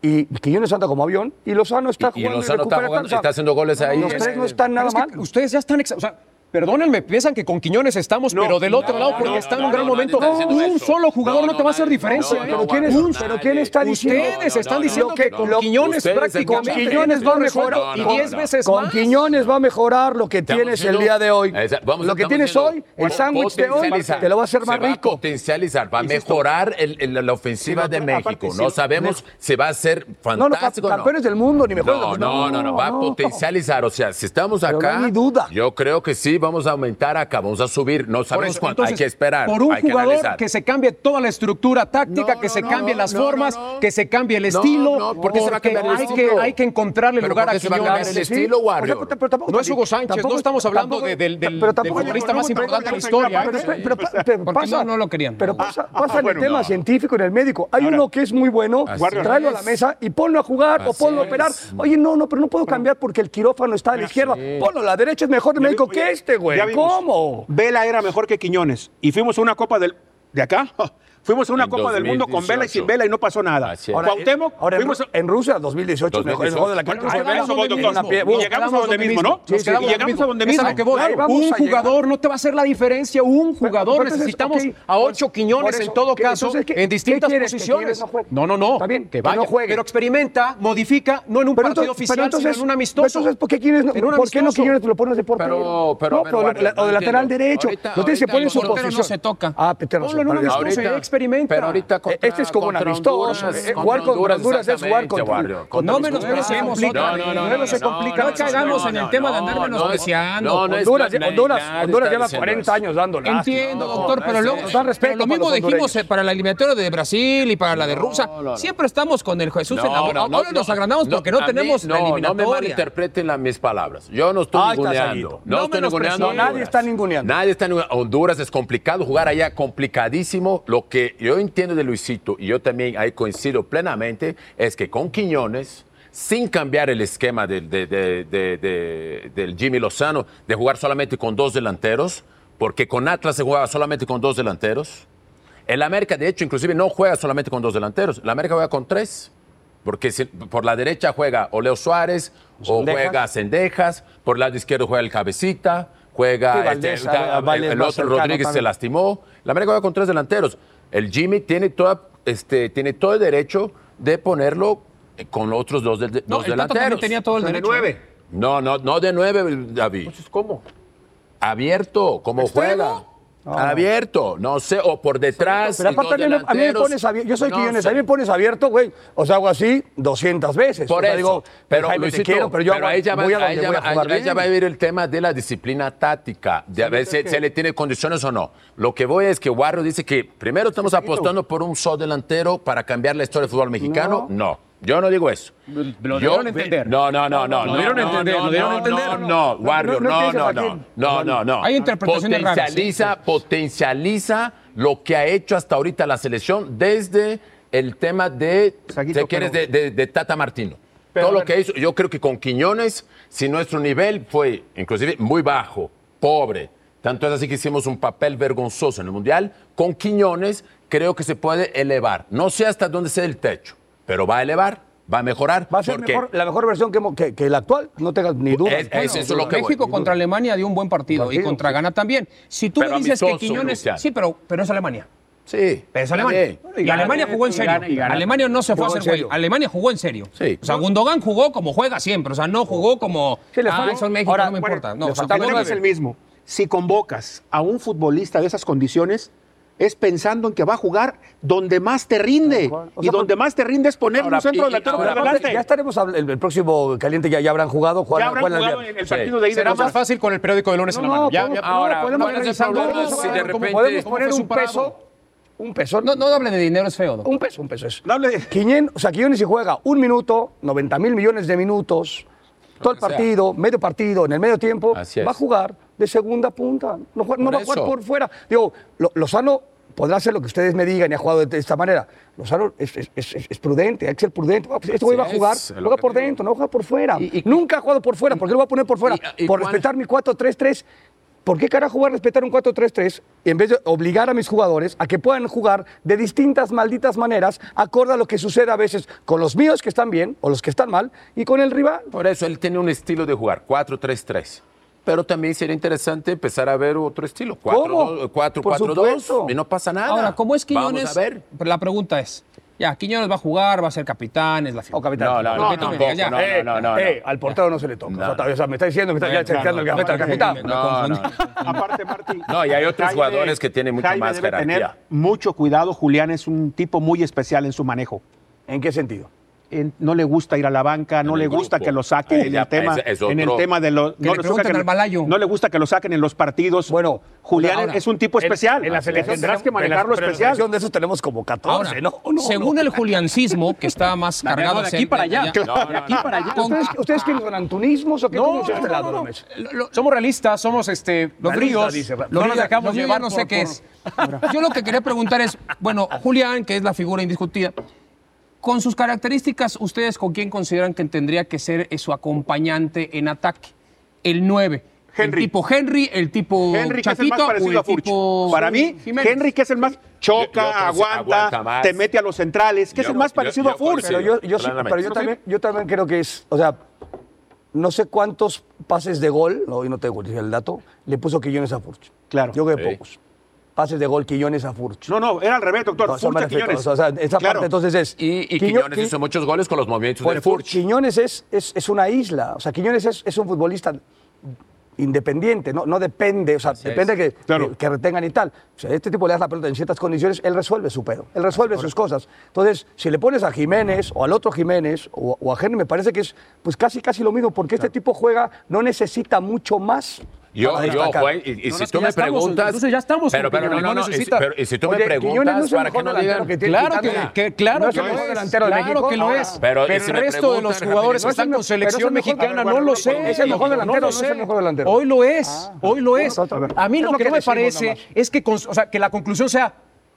B: y Quiñones anda como avión, y Lozano está
D: Y- y
B: jugando y,
D: Lozano está
B: recupera
D: jugando,
B: tanto.
D: está haciendo goles ahí.
B: Los tres no están nada
E: Pero es
B: mal.
E: que Ustedes ya están. exa- O sea, perdónenme, piensan que con Quiñones estamos, pero del otro lado, porque está en un gran momento. un solo jugador no, te va a hacer diferencia. ¿eh?
B: no, ¿quién es-
E: Un-
B: pero ¿quién está diciendo?
E: Ustedes están diciendo
B: no,
E: que
B: no,
E: con
B: no.
E: Quiñones
D: Ustedes
E: prácticamente.
D: están-
B: Con Quiñones va a
E: todo resuelto
B: mejorar.
E: Y
D: Con-
E: 10 veces
B: Con
E: más.
B: Quiñones va a mejorar lo que
D: Estamos
B: tienes el
D: siendo-
B: día de hoy.
D: Esa- vamos-
B: lo que
D: estamos
B: tienes
D: siendo-
B: hoy, el
D: po-
B: sándwich de hoy,
D: potencializar.
B: te lo va a hacer más
D: Se va
B: rico.
D: potencializar, va a mejorar el- el- la ofensiva de
B: aparte,
D: México.
B: sí,
D: No sabemos si va a ser
B: No, no, cap-
D: fantástico. o
B: campeones del mundo, ni mejores.
D: No,
B: del mundo.
D: no, no, no, va a potencializar. O sea, si estamos
B: Pero no
D: acá,
B: hay ni duda.
D: yo creo que sí, vamos a aumentar acá, vamos a subir. No
E: Por
D: sabemos
E: eso,
D: cuánto, hay
E: entonces,
D: que esperar.
E: Por un
D: hay
E: jugador
D: analizar.
E: que, se cambie toda la estructura táctica,
D: No,
E: que
D: no,
E: se
D: no,
E: cambien las
D: no, no,
E: formas,
D: no.
E: que se cambie el
D: No,
E: estilo.
D: no, ¿por qué se va a
E: porque
D: cambiar el
E: hay
D: estilo?
E: que, hay que encontrarle
D: ¿Pero
E: lugar
D: por
E: a
D: qué se va a cambiar
E: Quiñones.
D: el estilo, Warrior?
E: No es Hugo Sánchez, no estamos hablando de- del- del- del futbolista más importante de la historia,
B: Pero,
E: ¿eh?
B: pero- pero- pero
C: Porque
B: pasa,
C: no- no lo querían.
B: Pero
C: No.
B: pasa, pasa en el
G: bueno,
B: tema
G: no.
B: científico, en el médico. Hay
G: Ahora,
B: uno que es muy bueno,
D: Así
B: tráelo a la
D: es.
B: mesa y ponlo a jugar o
D: Así
B: ponlo a
D: es.
B: operar. Oye, no, no, pero no puedo cambiar porque el quirófano está a la izquierda. Ponlo, a la derecha es mejor el
G: Ya
B: médico
G: vi- ya-
B: que este, güey.
G: ya vimos.
B: ¿Cómo?
F: Vela era mejor que Quiñones y fuimos a una Copa del de acá. Fuimos a una
D: En
F: Copa del Mundo con Vela y sin
D: 2018.
F: Vela y no pasó nada.
D: Así es.
B: Ahora,
F: Cuauhtémoc,
B: ahora en,
F: fuimos a-
B: en Rusia 2018, el mejor el mejor de la
E: Bueno,
B: cancha.
E: nos
B: Fue
E: quedamos
B: una
E: donde
B: pie-
E: mismo.
B: una
E: Nos
B: pie-
E: quedamos donde mismo, ¿no?
B: Sí,
E: Nos
B: sí, y
E: quedamos donde
B: llegamos
E: mismo.
B: a donde
E: Es a
B: mismo.
E: lo que voy.
B: Claro, vamos
E: un
B: a llegar.
E: jugador no te va a hacer la diferencia. Un jugador.
B: Pero entonces,
E: Necesitamos
B: ok,
E: a ocho
B: pues,
E: Quiñones
B: por eso,
E: en todo
B: ¿qué-
E: caso,
B: entonces, qué-
E: en distintas
B: qué quieres? ¿Que
E: posiciones.
B: Quiñones no juegue?
E: no, no, no.
B: Está bien,
E: que
B: que
E: vaya.
B: no juegue.
E: Pero experimenta, modifica, no en un partido
B: entonces-
E: oficial,
B: entonces-
E: sino en un amistoso.
B: Entonces, ¿por qué, Quiñones no,
E: En un
B: ¿por qué no
E: amistoso.
B: Quiñones lo pones de portero?
D: Pero- pero,
B: No,
D: a ver, Warrior,
B: la- o de
D: no
B: lateral
D: entiendo.
B: derecho.
D: Ahorita-
B: no tienes que
D: ahorita
B: poner en
D: los
B: su
D: porteros
B: posición.
D: no
C: se tocan.
B: Ah, pero no se
E: Ponlo en un
B: tocan.
E: amistoso,
D: Ahorita-
E: eh, experimenta.
D: Pero ahorita contra-
B: Este es como un
D: contra
B: amistoso.
D: Honduras,
B: Eh,
D: contra
B: jugar contra Honduras es jugar
D: exactamente,
B: contra-
D: Warrior.
B: contra
E: No
B: los
E: menospreciemos
B: Honduras.
E: otra,
D: No, no, no,
E: no se complica.
C: No caigamos en el tema de andar
D: no,
C: menospreciando.
D: no, no es-
B: Honduras,
D: no es-
B: Honduras,
D: nadie
B: Honduras
D: está
B: lleva
D: diciendo
B: 40
D: eso.
B: años dando lástima.
C: Entiendo,
B: No,
C: doctor,
B: no,
C: pero
B: no,
C: luego,
B: nos da respeto
C: pero lo
B: para
C: mismo
B: los
C: dijimos eh,
B: hondureños.
C: para la eliminatoria de Brasil y para la de Rusia. Siempre estamos con el Jesús en la boca. Ahora nos agrandamos porque no
D: a mí,
C: tenemos la
D: no, No me
C: eliminatoria.
D: malinterpreten las mis palabras. Yo no estoy
B: Ah, estás
D: ninguneando.
B: aguito.
D: No,
C: No
D: estoy
C: menospreciando.
D: ninguneando. a Honduras.
B: Nadie está ninguneando.
D: Nadie está ninguneando. Honduras es complicado jugar allá, complicadísimo. Lo que yo entiendo de Luisito, y yo también ahí coincido plenamente, es que con Quiñones. Sin cambiar el esquema del, de- de- de- de- del Jimmy Lozano, de jugar solamente con dos delanteros, porque con Atlas se jugaba solamente con dos delanteros, el América, de hecho, inclusive no juega solamente con dos delanteros. El América juega con tres. Porque si- por la derecha juega Oleo Suárez, o juega Cendejas, por el lado izquierdo juega el Cabecita, juega
B: Sí,
D: este,
B: Valdés,
D: ta-
B: a- Valdés
D: el,
B: más
D: otro
B: cercano
D: Rodríguez se
B: también.
D: lastimó. El América juega con tres delanteros. El Jimmy tiene, toda, este, tiene todo el derecho de ponerlo eh, con los otros dos, del-
C: No,
D: dos
C: el Tata también
D: delanteros.
C: tenía todo el derecho.
D: No, no, no de nueve, David.
B: Pues,
E: ¿Cómo?
D: Abierto, como juega. Abierto, no sé, o por detrás.
B: Ah. Pero
D: y dos
B: aparte a mí, me- a mí me
D: delanteros.
B: pones abierto, yo soy
D: No
B: Quiñones,
D: sé.
B: a mí me pones abierto, güey, o sea, hago así 200 veces.
D: Por
B: o sea,
D: eso.
B: digo,
D: pero
B: Jaime, te
D: Luisito,
B: quiero, pero yo
D: pero
B: hago-
D: ahí ya va,
B: voy a
D: ahí
B: donde
D: ya
B: voy a
D: va- ahí-
B: jugar
D: ahí ya
B: bien.
D: va a ir el tema de la disciplina táctica, de a ver si se le tiene condiciones o no. Lo que voy es que Warro dice que primero estamos apostando por un solo delantero para cambiar la historia del fútbol mexicano. No. Yo no digo eso. Yo-
E: Lo dieron a entender.
D: No, no, no, no.
E: Lo dieron a
D: no,
E: entender,
D: no,
E: lo dieron a
D: no,
E: entender.
D: No, no, Warrior,
B: no, no
D: no,
B: empieces
D: no,
B: aquí.
D: no. No, no, no.
C: Hay interpretaciones raras.
D: Potencializa, potencializa lo que ha hecho hasta ahorita la selección desde el tema de,
F: Saguito,
D: si quieres,
F: pero-
D: de, de- de Tata Martino.
F: Pero,
D: Todo
F: a
D: lo
F: ver.
D: que hizo, yo creo que con Quiñones, si nuestro nivel fue inclusive muy bajo, pobre, tanto es así que hicimos un papel vergonzoso en el Mundial, con Quiñones creo que se puede elevar. No sé hasta dónde sea el techo, pero va a elevar, va a mejorar.
B: Va a ser
D: porque
B: mejor- la mejor versión que, hemos- que- que la actual, no tengas ni duda.
D: Es- es eso lo que voy.
C: México contra Alemania dio un buen partido, y
B: Partido.
C: contra Ghana también. Si tú
D: Pero
C: me dices que
D: amistoso,
C: Quiñones.
D: Luciano.
C: Sí, pero, pero es Alemania.
D: Sí.
C: Pero es Alemania.
D: Está bien.
C: Y Alemania jugó en serio. Alemania no se fue a
B: Jugó en
C: hacer güey.
B: serio.
C: Alemania jugó en serio.
D: Sí.
C: O sea, Gundogan jugó como juega siempre. O sea, no jugó como.
B: Sí, le
C: ah,
B: falta-
C: son México,
B: Ahora,
C: no me
B: bueno,
C: importa. No,
B: le
C: o sea,
B: faltaba
C: jugó
F: El tema es el mismo. Si convocas a un futbolista de esas condiciones, es pensando en que va a jugar donde más te rinde. y donde más te rinde es poner
D: Ahora,
F: un centro
D: y-
F: delantero
D: ahora,
F: por delante.
B: Ya estaremos habl- el, el próximo caliente, ya, ya habrán jugado. Juan,
F: Ya habrán
B: Juan
F: jugado
B: Alvear.
F: en el
D: Sí.
F: partido de ida.
E: Será
F: o sea,
E: más fácil con el periódico del lunes en la mano. Ya, ya-
B: ahora,
E: podemos
D: no,
E: ir
D: no,
E: revisando
D: no, no,
E: cómo
D: si de
E: fue su
D: repente-
B: podemos
E: cómo
B: poner
E: fue su
B: un
E: parado.
B: peso, un peso,
C: No, no hable de dinero, es feo.
B: un peso, un peso es.
F: Dale.
B: Quiñen, o sea, Quiñones si juega un minuto, 90 mil millones de minutos, todo el
D: que sea.
B: partido, medio partido, en el medio tiempo,
D: Así es.
B: va a jugar de segunda punta. No, juega- no
D: Por
B: va a jugar
D: eso.
B: por fuera. Digo, Lo- Lozano podrá hacer lo que ustedes me digan y ha jugado de esta manera. Lozano es, es- es- es- es prudente, hay que ser prudente. Ah, pues, Este güey va a
D: Así es,
B: jugar,
D: es lo
B: juega
D: que
B: por
D: te digo.
B: dentro, no juega por fuera.
D: Y- y-
B: Nunca ha jugado por fuera, ¿por qué lo va a poner por fuera?
D: y- y
B: por
D: cuál-
B: respetar mi 4-3-3. ¿Por qué carajo voy a respetar un 4-3-3 en vez de obligar a mis jugadores a que puedan jugar de distintas malditas maneras, acorde a lo que sucede a veces con los míos que están bien o los que están mal y con el rival?
D: Por eso él tiene un estilo de jugar, 4-3-3. Pero también sería interesante empezar a ver otro estilo, eh,
B: ¿Cómo?
D: 4-4-2,
B: supuesto.
D: y no pasa nada.
C: Ahora, como es Quiñones, pues,
D: Vamos a ver.
C: la pregunta es, ya, Quiñones va a jugar, va a ser capitán, es la
B: O
C: figura.
B: capitán.
D: No, no, no,
C: Capitán,
D: tampoco,
C: ya.
D: no, no, no, no.
B: Eh, al portero no se le toca. O sea, o sea, me está diciendo que está ya chequeando el gafete al capitán.
C: Me
D: No, no,
C: confundí.
D: no.
F: Aparte, Martín.
D: No, y hay otros jugadores que tienen mucha más
F: debe tener
D: jerarquía.
F: mucho cuidado. Julián es un tipo muy especial en su manejo.
B: ¿En qué sentido?
F: En- no le gusta ir a la banca, no
D: En
F: le
D: el
F: gusta
D: grupo.
F: que lo saquen
D: Ahí
F: en,
D: ya
F: el tema,
D: es- es
F: en el
D: otro.
F: tema de los.
C: le pregunten al malayo.
F: no le gusta que lo saquen en los partidos.
B: Bueno,
F: Julián
C: ahora,
F: es un tipo
B: En-
F: especial.
B: En la selección
F: Entonces, tendrás que manejarlo
B: en la-
F: especial.
B: pero en la selección de esos tenemos como 14,
C: Ahora,
B: ¿no? ¿O no?
C: según el juliancismo, que está más cargado
E: de
C: hacia-
E: aquí para allá.
C: ya.
F: Claro.
C: De aquí para allá.
B: Ah, ¿Ustedes, ¿Ustedes quieren son antunismos o qué? ¿Cómo
E: No,
B: es este
E: no,
B: lado
E: no,
B: de la
E: no.
B: mesa?
E: Lo- lo- Somos realistas, somos este, los
B: Realista,
E: fríos.
B: dice,
E: no
C: Yo
E: nos
C: ya-
E: dejamos
C: pues, yo ya
E: llevar.
C: no
E: por-
C: sé qué
E: por-
C: es. Yo lo que quería preguntar es, bueno, Julián, que es la figura indiscutida, con sus características, ¿ustedes con quién consideran que tendría que ser eh, su acompañante en ataque? El 9.
F: Henry.
C: El tipo Henry, el tipo
F: Henry, que es el
C: Chaquito
F: más
C: o
F: parecido
C: el
F: a Furch.
C: tipo
F: Para mí,
C: Jiménez.
F: Henry, que es el más
D: Yo- yo
F: choca,
D: creo que
F: aguanta,
D: aguanta más.
F: te mete a los centrales, que es
D: Yo-
F: el más
D: yo-
F: parecido
D: yo
F: a Furch.
D: coincido.
B: Pero yo, yo sí-
D: Plenamente.
B: pero yo
D: ¿No,
B: también, yo también creo que es, o sea, no sé cuántos pases de gol, no, hoy no tengo el dato, le puso Quillones a Furch.
F: Claro.
B: Yo creo que
D: Sí.
B: pocos. Pases de gol, Quillones a Furch.
F: No, no, era al revés, doctor.
B: No, o sea,
F: Furch a
B: me refiero,
F: Quiñones.
B: o sea, esa
F: Claro.
B: parte entonces eh. es...
D: Y,
B: Quiño-
D: y Quiñones
B: Qui-
D: hizo muchos goles con los movimientos
B: Bueno,
D: de Furch.
B: Quiñones es, es, es una isla. O sea, Quiñones es, es un futbolista independiente, no, no depende, o sea, depende que,
F: Claro.
B: que, que retengan y tal. O sea, este tipo le das la pelota en ciertas condiciones, él resuelve su pedo, él resuelve sus cosas. Entonces, si le pones a Jiménez o al otro Jiménez o, o a Henry, me parece que es pues casi casi lo mismo, porque este tipo juega, no necesita mucho más.
D: Yo,
B: para
D: yo,
B: destacar.
D: Juan, y, y
E: No, no,
D: si
E: es
D: tú
E: que ya
D: me
E: estamos,
D: preguntas.
E: entonces ya estamos
D: Pero,
E: con
D: pero no,
E: Quiñones,
D: no, no.
E: no
D: Y, si-
E: necesita-
D: pero- y si tú me
B: Oye, Quiñones
D: preguntas,
B: no es el
D: para que
B: mejor
D: no
B: delantero
D: digan.
B: que tiene
E: Claro
B: Quintana.
E: que, que- claro
B: No es
E: que
B: el mejor
E: lo es.
B: delantero de
E: claro
B: México.
E: que lo
B: Ahora,
E: es.
D: Pero,
E: Pero,
D: y si
E: el
D: me
E: resto de
D: preguntan,
E: los
D: Ramírez,
E: jugadores que
B: es el
D: no
E: están
B: me-
E: con
B: pero
E: selección
B: es el mejor-
E: mexicana
B: a ver,
E: no lo
B: Guardado,
E: sé.
B: es el mejor
E: No lo
B: delantero, no es
E: sé.
B: el mejor delantero. Ah,
E: Hoy lo es, hoy lo es.
B: otra vez.
E: A mí
B: Es
E: lo,
B: lo
E: que,
B: que
E: no me
B: decimos
E: parece
B: nomás.
E: es que, con- o sea, que la conclusión sea,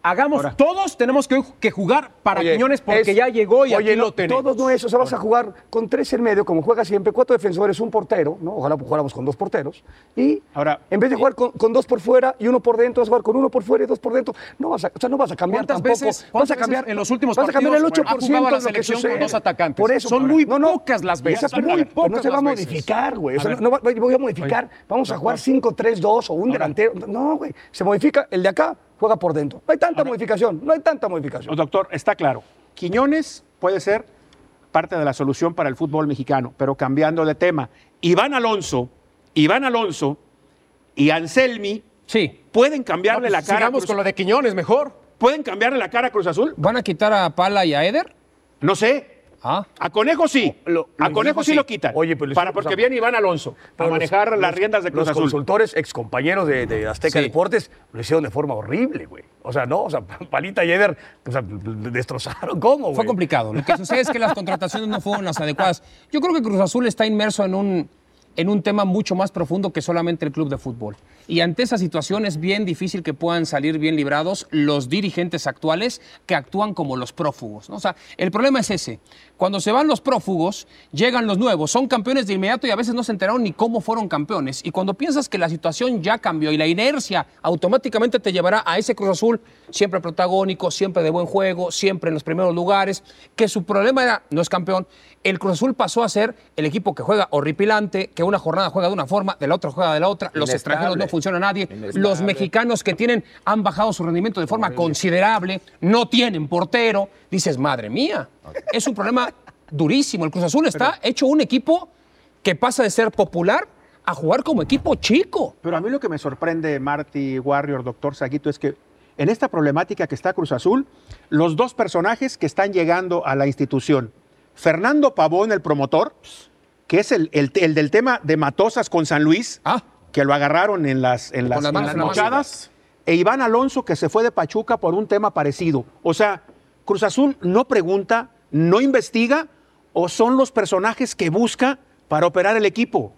E: hagamos, todos tenemos que, que jugar para
B: Oye,
E: Quiñones porque
B: es-
E: ya llegó y
B: oye,
E: aquí
B: no,
E: lo tenemos.
B: Todos no es, o sea, vas a jugar con tres en medio, como juega siempre, cuatro defensores, un portero, ¿no? Ojalá jugáramos con dos porteros. Y
F: Ahora,
B: en vez de jugar con, con dos por fuera y uno por dentro, vas a jugar con uno por fuera y dos por dentro. No vas a, o sea, no vas a cambiar
E: ¿Cuántas
B: tampoco.
E: veces-
B: vas
E: cuántas
B: a cambiar
E: veces en los últimos
B: vas a cambiar el 8%
E: partidos ha jugado a la
B: de lo que
E: selección con
B: sucede.
E: dos atacantes?
B: Por eso,
E: Son
B: por-
E: muy
B: no, no.
E: pocas las
B: Y esa-
E: veces.
B: muy
E: Ahora,
B: pocas
E: pocas
B: no se va a
E: las veces.
B: modificar, güey. O sea, no va- voy a modificar. Vamos a jugar 5-3-2 o un delantero. No, güey. Se modifica el de acá, juega por dentro. No hay tanta modificación, no hay tanta modificación.
F: No, doctor, está claro. Quiñones puede ser parte de la solución para el fútbol mexicano, pero cambiando de tema. Iván Alonso, Iván Alonso y Anselmi
C: Sí.
F: pueden cambiarle
E: Pues,
F: la cara. a
E: sigamos
F: Cruz-
E: con lo de Quiñones, mejor.
F: ¿Pueden cambiarle la cara a Cruz Azul?
C: ¿Van a quitar a Pala y a Eder?
F: No sé.
C: Ah.
F: A Conejo sí.
B: Lo-
F: a
B: lo
F: Conejo
B: hicimos
F: sí
B: así.
F: lo quitan.
B: Oye, pero lo
F: para
B: hicimos
F: porque
B: así.
F: viene Iván Alonso a
B: Pero
F: manejar
B: los-
F: las
B: los-
F: riendas de Cruz
B: Los
F: Azul.
B: consultores, excompañeros de, de Azteca
C: Sí.
B: Deportes, lo hicieron de forma horrible, güey. O sea, no, o sea, Palita y Eder o sea, destrozaron. ¿Cómo, güey?
C: Fue complicado. Lo que sucede es que las contrataciones no fueron las adecuadas. Yo creo que Cruz Azul está inmerso en un, en un tema mucho más profundo que solamente el club de fútbol. Y ante esa situación es bien difícil que puedan salir bien librados los dirigentes actuales que actúan como los prófugos. ¿no? O sea, el problema es ese. Cuando se van los prófugos, llegan los nuevos, son campeones de inmediato y a veces no se enteraron ni cómo fueron campeones. Y cuando piensas que la situación ya cambió y la inercia automáticamente te llevará a ese Cruz Azul siempre protagónico, siempre de buen juego, siempre en los primeros lugares, que su problema era no es campeón, el Cruz Azul pasó a ser el equipo que juega horripilante, que una jornada juega de una forma, de la otra juega de la otra, los
D: Inestable.
C: extranjeros no funciona nadie, los
D: Inestable.
C: mexicanos que tienen han bajado su rendimiento de forma considerable, no tienen portero, dices, madre mía, es un problema durísimo, el Cruz Azul está hecho un equipo que pasa de ser popular a jugar como equipo chico.
F: Pero a mí lo que me sorprende, Marty, Warrior, doctor Saguito, es que en esta problemática que está Cruz Azul, los dos personajes que están llegando a la institución. Fernando Pavón, el promotor, que es el, el- el del tema de Matosas con San Luis, que lo agarraron en las, en las,
C: Ah. las
F: en
C: manos
F: las
C: en la masa.
F: mochadas, e Iván Alonso, que se fue de Pachuca por un tema parecido. O sea, Cruz Azul no pregunta, no investiga, o son los personajes que busca para operar el equipo.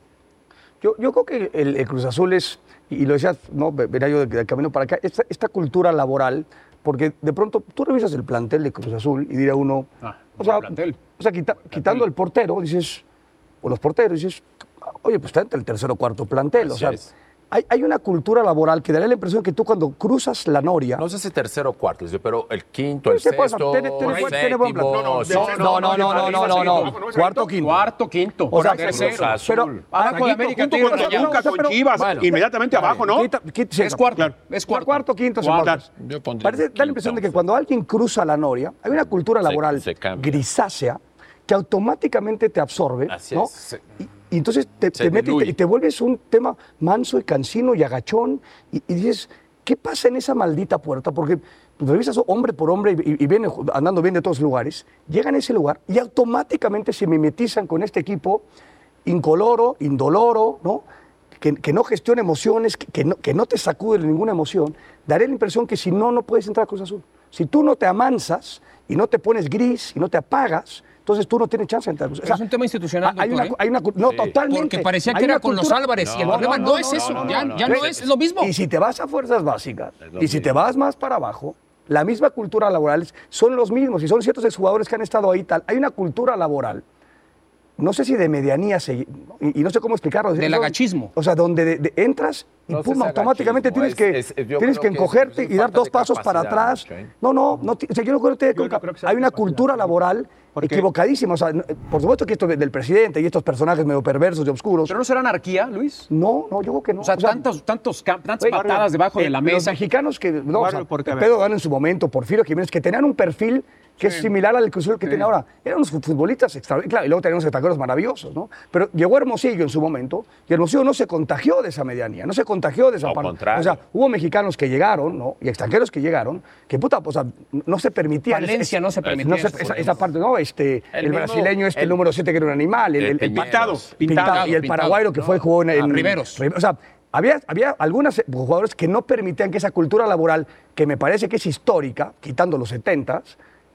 B: Yo, yo creo que el, el Cruz Azul es, y y lo decías, ¿no? Ve- Venía yo del, del camino para acá, esta, esta cultura laboral, porque de pronto tú revisas el plantel de Cruz Azul y diría uno.
E: Ah,
B: o sea,
E: el plantel.
B: o sea, quita- quitando el portero, dices, o los porteros, dices, oye, pues está entre el tercer o cuarto plantel. o
D: Así
B: sea,
D: es.
B: hay, hay una cultura laboral que daría la impresión que tú cuando cruzas la noria.
D: No sé si tercero o cuarto, pero el quinto, el
B: Sí, pues,
D: sexto,
B: tiene- tiene
D: el
B: buen- tiene buen
D: séptimo,
B: plan. No, no,
D: sí.
B: no, no, no, no, no, no, no, no. Cuarto, quinto.
E: Cuarto, quinto.
B: O sea,
E: tercero.
D: Cruz Azul.
B: pero-
E: Abajo de América
F: junto
E: tiene
F: con
E: Rayados.
F: Toluca,
B: Pero-
F: con Chivas,
D: Bueno.
F: inmediatamente abajo, ¿no?
B: Quita- quita- sí,
E: Es
B: no,
E: cuarto,
B: claro.
E: es
B: Está
E: cuarto.
B: Cuarto, quinto,
E: Cuarto.
B: cuarto.
D: Yo pondría
B: Parece, da la
D: quinto,
B: impresión de que
D: sí.
B: cuando alguien cruza la noria, hay una cultura
D: Se-
B: laboral
D: se cambia.
B: grisácea que automáticamente te absorbe,
D: Así
B: ¿no?
D: es, se-
B: Y, y entonces te,
D: se
B: te mete y te,
D: diluye.
B: y te vuelves un tema manso y cansino y agachón y, y dices, ¿qué pasa en esa maldita puerta? Porque pues, revisas hombre por hombre y, y- y vienen ju- andando bien de todos lugares, llegan a ese lugar y automáticamente se mimetizan con este equipo incoloro, indoloro, ¿no? Que, que no gestiona emociones, que, que no, que no te sacude ninguna emoción, daré la impresión que si no, no puedes entrar a Cruz Azul. Si tú no te amansas y no te pones gris y no te apagas, entonces tú no tienes chance de entrar a Cruz Azul.
C: Pero es un tema institucional,
B: Hay
C: doctor,
B: una,
C: ¿eh?
B: hay una cu- no,
D: Sí.
B: totalmente.
C: Porque parecía que
B: Hay
C: era
B: una
C: con los
B: cultura- Eh,
C: Álvarez y el problema no, es
D: no,
C: eso,
D: no,
C: ya
D: no,
C: ya
D: no.
C: no es es lo mismo.
B: y si te vas a fuerzas básicas
D: lo
B: y si te
D: mismo.
B: vas más para abajo, la misma cultura laboral son los mismos y son ciertos exjugadores que han estado ahí tal. Hay una cultura laboral, no sé si de medianía, se- y, y no sé cómo explicarlo.
C: Del
B: Son-
C: agachismo.
B: O sea, donde de- de- entras y
D: No sé
B: pum,
D: si
B: automáticamente tienes
D: agachismo,
B: que,
D: es- es- yo
B: tienes que
D: creo que es-
B: encogerte
D: es
B: y dar
D: falta
B: dos
D: de
B: pasos para
D: capacidad,
B: atrás.
D: Chain.
B: No, no, no ti- o sea, yo no creo que,
F: Yo no creo que sea
B: hay una
F: capacidad,
B: cultura
F: ¿no?
B: laboral
F: Porque-
B: equivocadísima. O sea, no- por supuesto que esto de- del presidente y estos personajes medio perversos y oscuros.
E: ¿Pero no será anarquía, Luis?
B: No, no, yo creo que no.
E: O sea,
B: O sea,
E: tantos, tantos camp- tantas
B: Oye,
E: patadas debajo de
B: eh,
E: la mesa.
B: Los mexicanos que. No, o sea,
F: Barrio, porque, a ver.
B: Pedro Gano en su momento, Porfirio Jiménez, que tenían un perfil que es similar al Cruz Azul que tiene ahora. Eran unos futbolistas extraordinarios. Claro, y luego teníamos ataqueros maravillosos, ¿no? Pero llegó Hermosillo en su momento y Hermosillo no se contagió de esa medianía, no se contagió de esa
D: Al
B: parte.
D: contrario.
B: O sea, hubo mexicanos que llegaron, ¿no? Y extranjeros que llegaron, que puta, o sea, no se permitía.
C: Valencia no se permitía eso,
B: esa,
C: por
B: esa parte, ¿no? Este, el,
D: mismo-
B: brasileño, este
D: el-
B: número 7 que era un animal, el,
D: el
B: el- el
D: Piñeros.
B: pintado,
C: Pintado,
B: pintado, y el
C: pintado,
B: paraguayo que fue jugó en,
C: Ah,
B: en-
C: Riveros.
B: o sea, había, había algunos jugadores que no permitían que esa cultura laboral, que me parece que es histórica, quitando los 70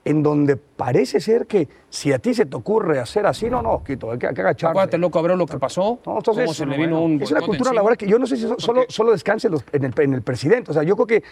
B: en donde parece ser que si a ti se te ocurre hacer así, no, no, Quito, hay que, hay que agacharse.
C: Acuérdate, loco, Abreu, lo que pasó.
B: No, entonces,
C: cómo se le vino un
B: es una
C: boicote
B: cultura
C: encima.
B: laboral que yo no sé si so- solo, solo descanse los- en, el, en el presidente. O sea, yo creo que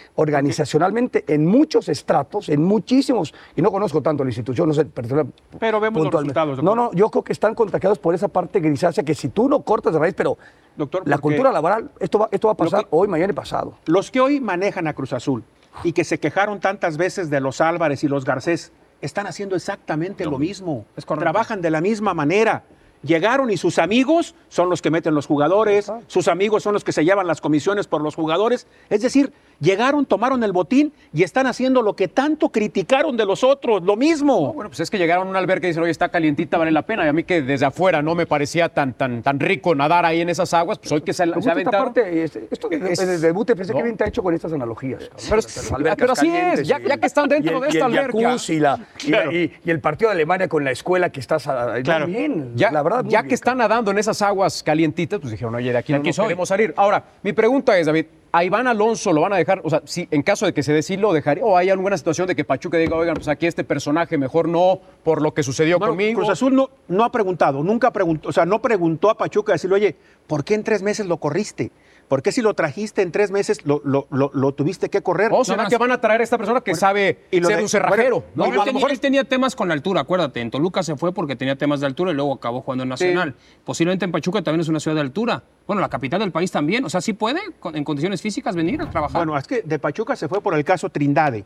B: organizacionalmente en muchos estratos, en muchísimos, y no conozco tanto la institución, no sé, persona-
F: Pero vemos los
B: puntualmente.
F: resultados, doctor.
B: No, no, yo creo que están contagiados por esa parte grisácea que si tú no cortas de raíz, pero
F: Doctor,
B: la
F: porque-
B: cultura laboral, esto va, esto va a pasar
F: que-
B: hoy, mañana y pasado.
F: Los que hoy manejan a Cruz Azul y que se quejaron tantas veces de los Álvarez y los Garcés, están haciendo exactamente lo mismo.
C: Es correcto.
F: Trabajan de la misma manera. Llegaron y sus amigos son los que meten los jugadores, sus amigos son los que se llevan las comisiones por los jugadores. Es decir, llegaron, tomaron el botín y están haciendo lo que tanto criticaron de los otros, lo mismo.
E: Bueno, pues es que llegaron a un albergue y dicen, oye, está calientita, vale la pena. Y a mí que desde afuera no me parecía tan, tan, tan rico nadar ahí en esas aguas, pues hoy que se,
B: Me
E: se
B: gusta esta
E: aventaron.
B: parte, este- esto de- de-
E: Es-
B: de debut, pensé que
E: no.
B: bien te ha hecho con estas analogías. cabrón.
E: Pero-
B: Las albercas
E: pero así es,
B: calientes
E: ya-
B: y el-
E: ya que están dentro
B: y el-
E: de esta
B: y el
E: alberca.
B: jacuzzi y, la- y la-
E: Claro.
B: y- y el partido de Alemania con la escuela que estás a- a-
F: Claro.
B: bien,
E: Ya,
B: la verdad. muy
E: ya
B: bien,
E: que están nadando en esas aguas calientitas, pues dijeron, oye, de aquí no nos queremos salir. Ahora, mi pregunta es, David, ¿a Iván Alonso lo van a dejar? O sea, si en caso de que se decida, lo dejaría. ¿O hay alguna situación de que Pachuca diga, oigan, pues aquí este personaje mejor no, por lo que sucedió
F: Bueno, pues,
E: conmigo?
F: Cruz Azul no, no ha preguntado, nunca preguntó, o sea, no preguntó a Pachuca decirle, oye, ¿por qué en tres meses lo corriste? ¿Por qué si lo trajiste en tres meses lo, lo- lo- lo tuviste que correr?
E: ¿O será
C: más.
E: que van a traer a esta persona que sabe
F: y lo
E: ser
F: de-
E: un cerrajero?
F: bueno,
C: No,
E: ¿no?
C: él, tenía, él tenía temas con la altura, acuérdate. En Toluca se fue porque tenía temas de altura y luego acabó jugando en Nacional. Posiblemente en Pachuca también es una ciudad de altura. Bueno, la capital del país también. O sea, sí puede, con- en condiciones físicas, venir a trabajar.
F: Bueno, es que de Pachuca se fue por el caso Trindade,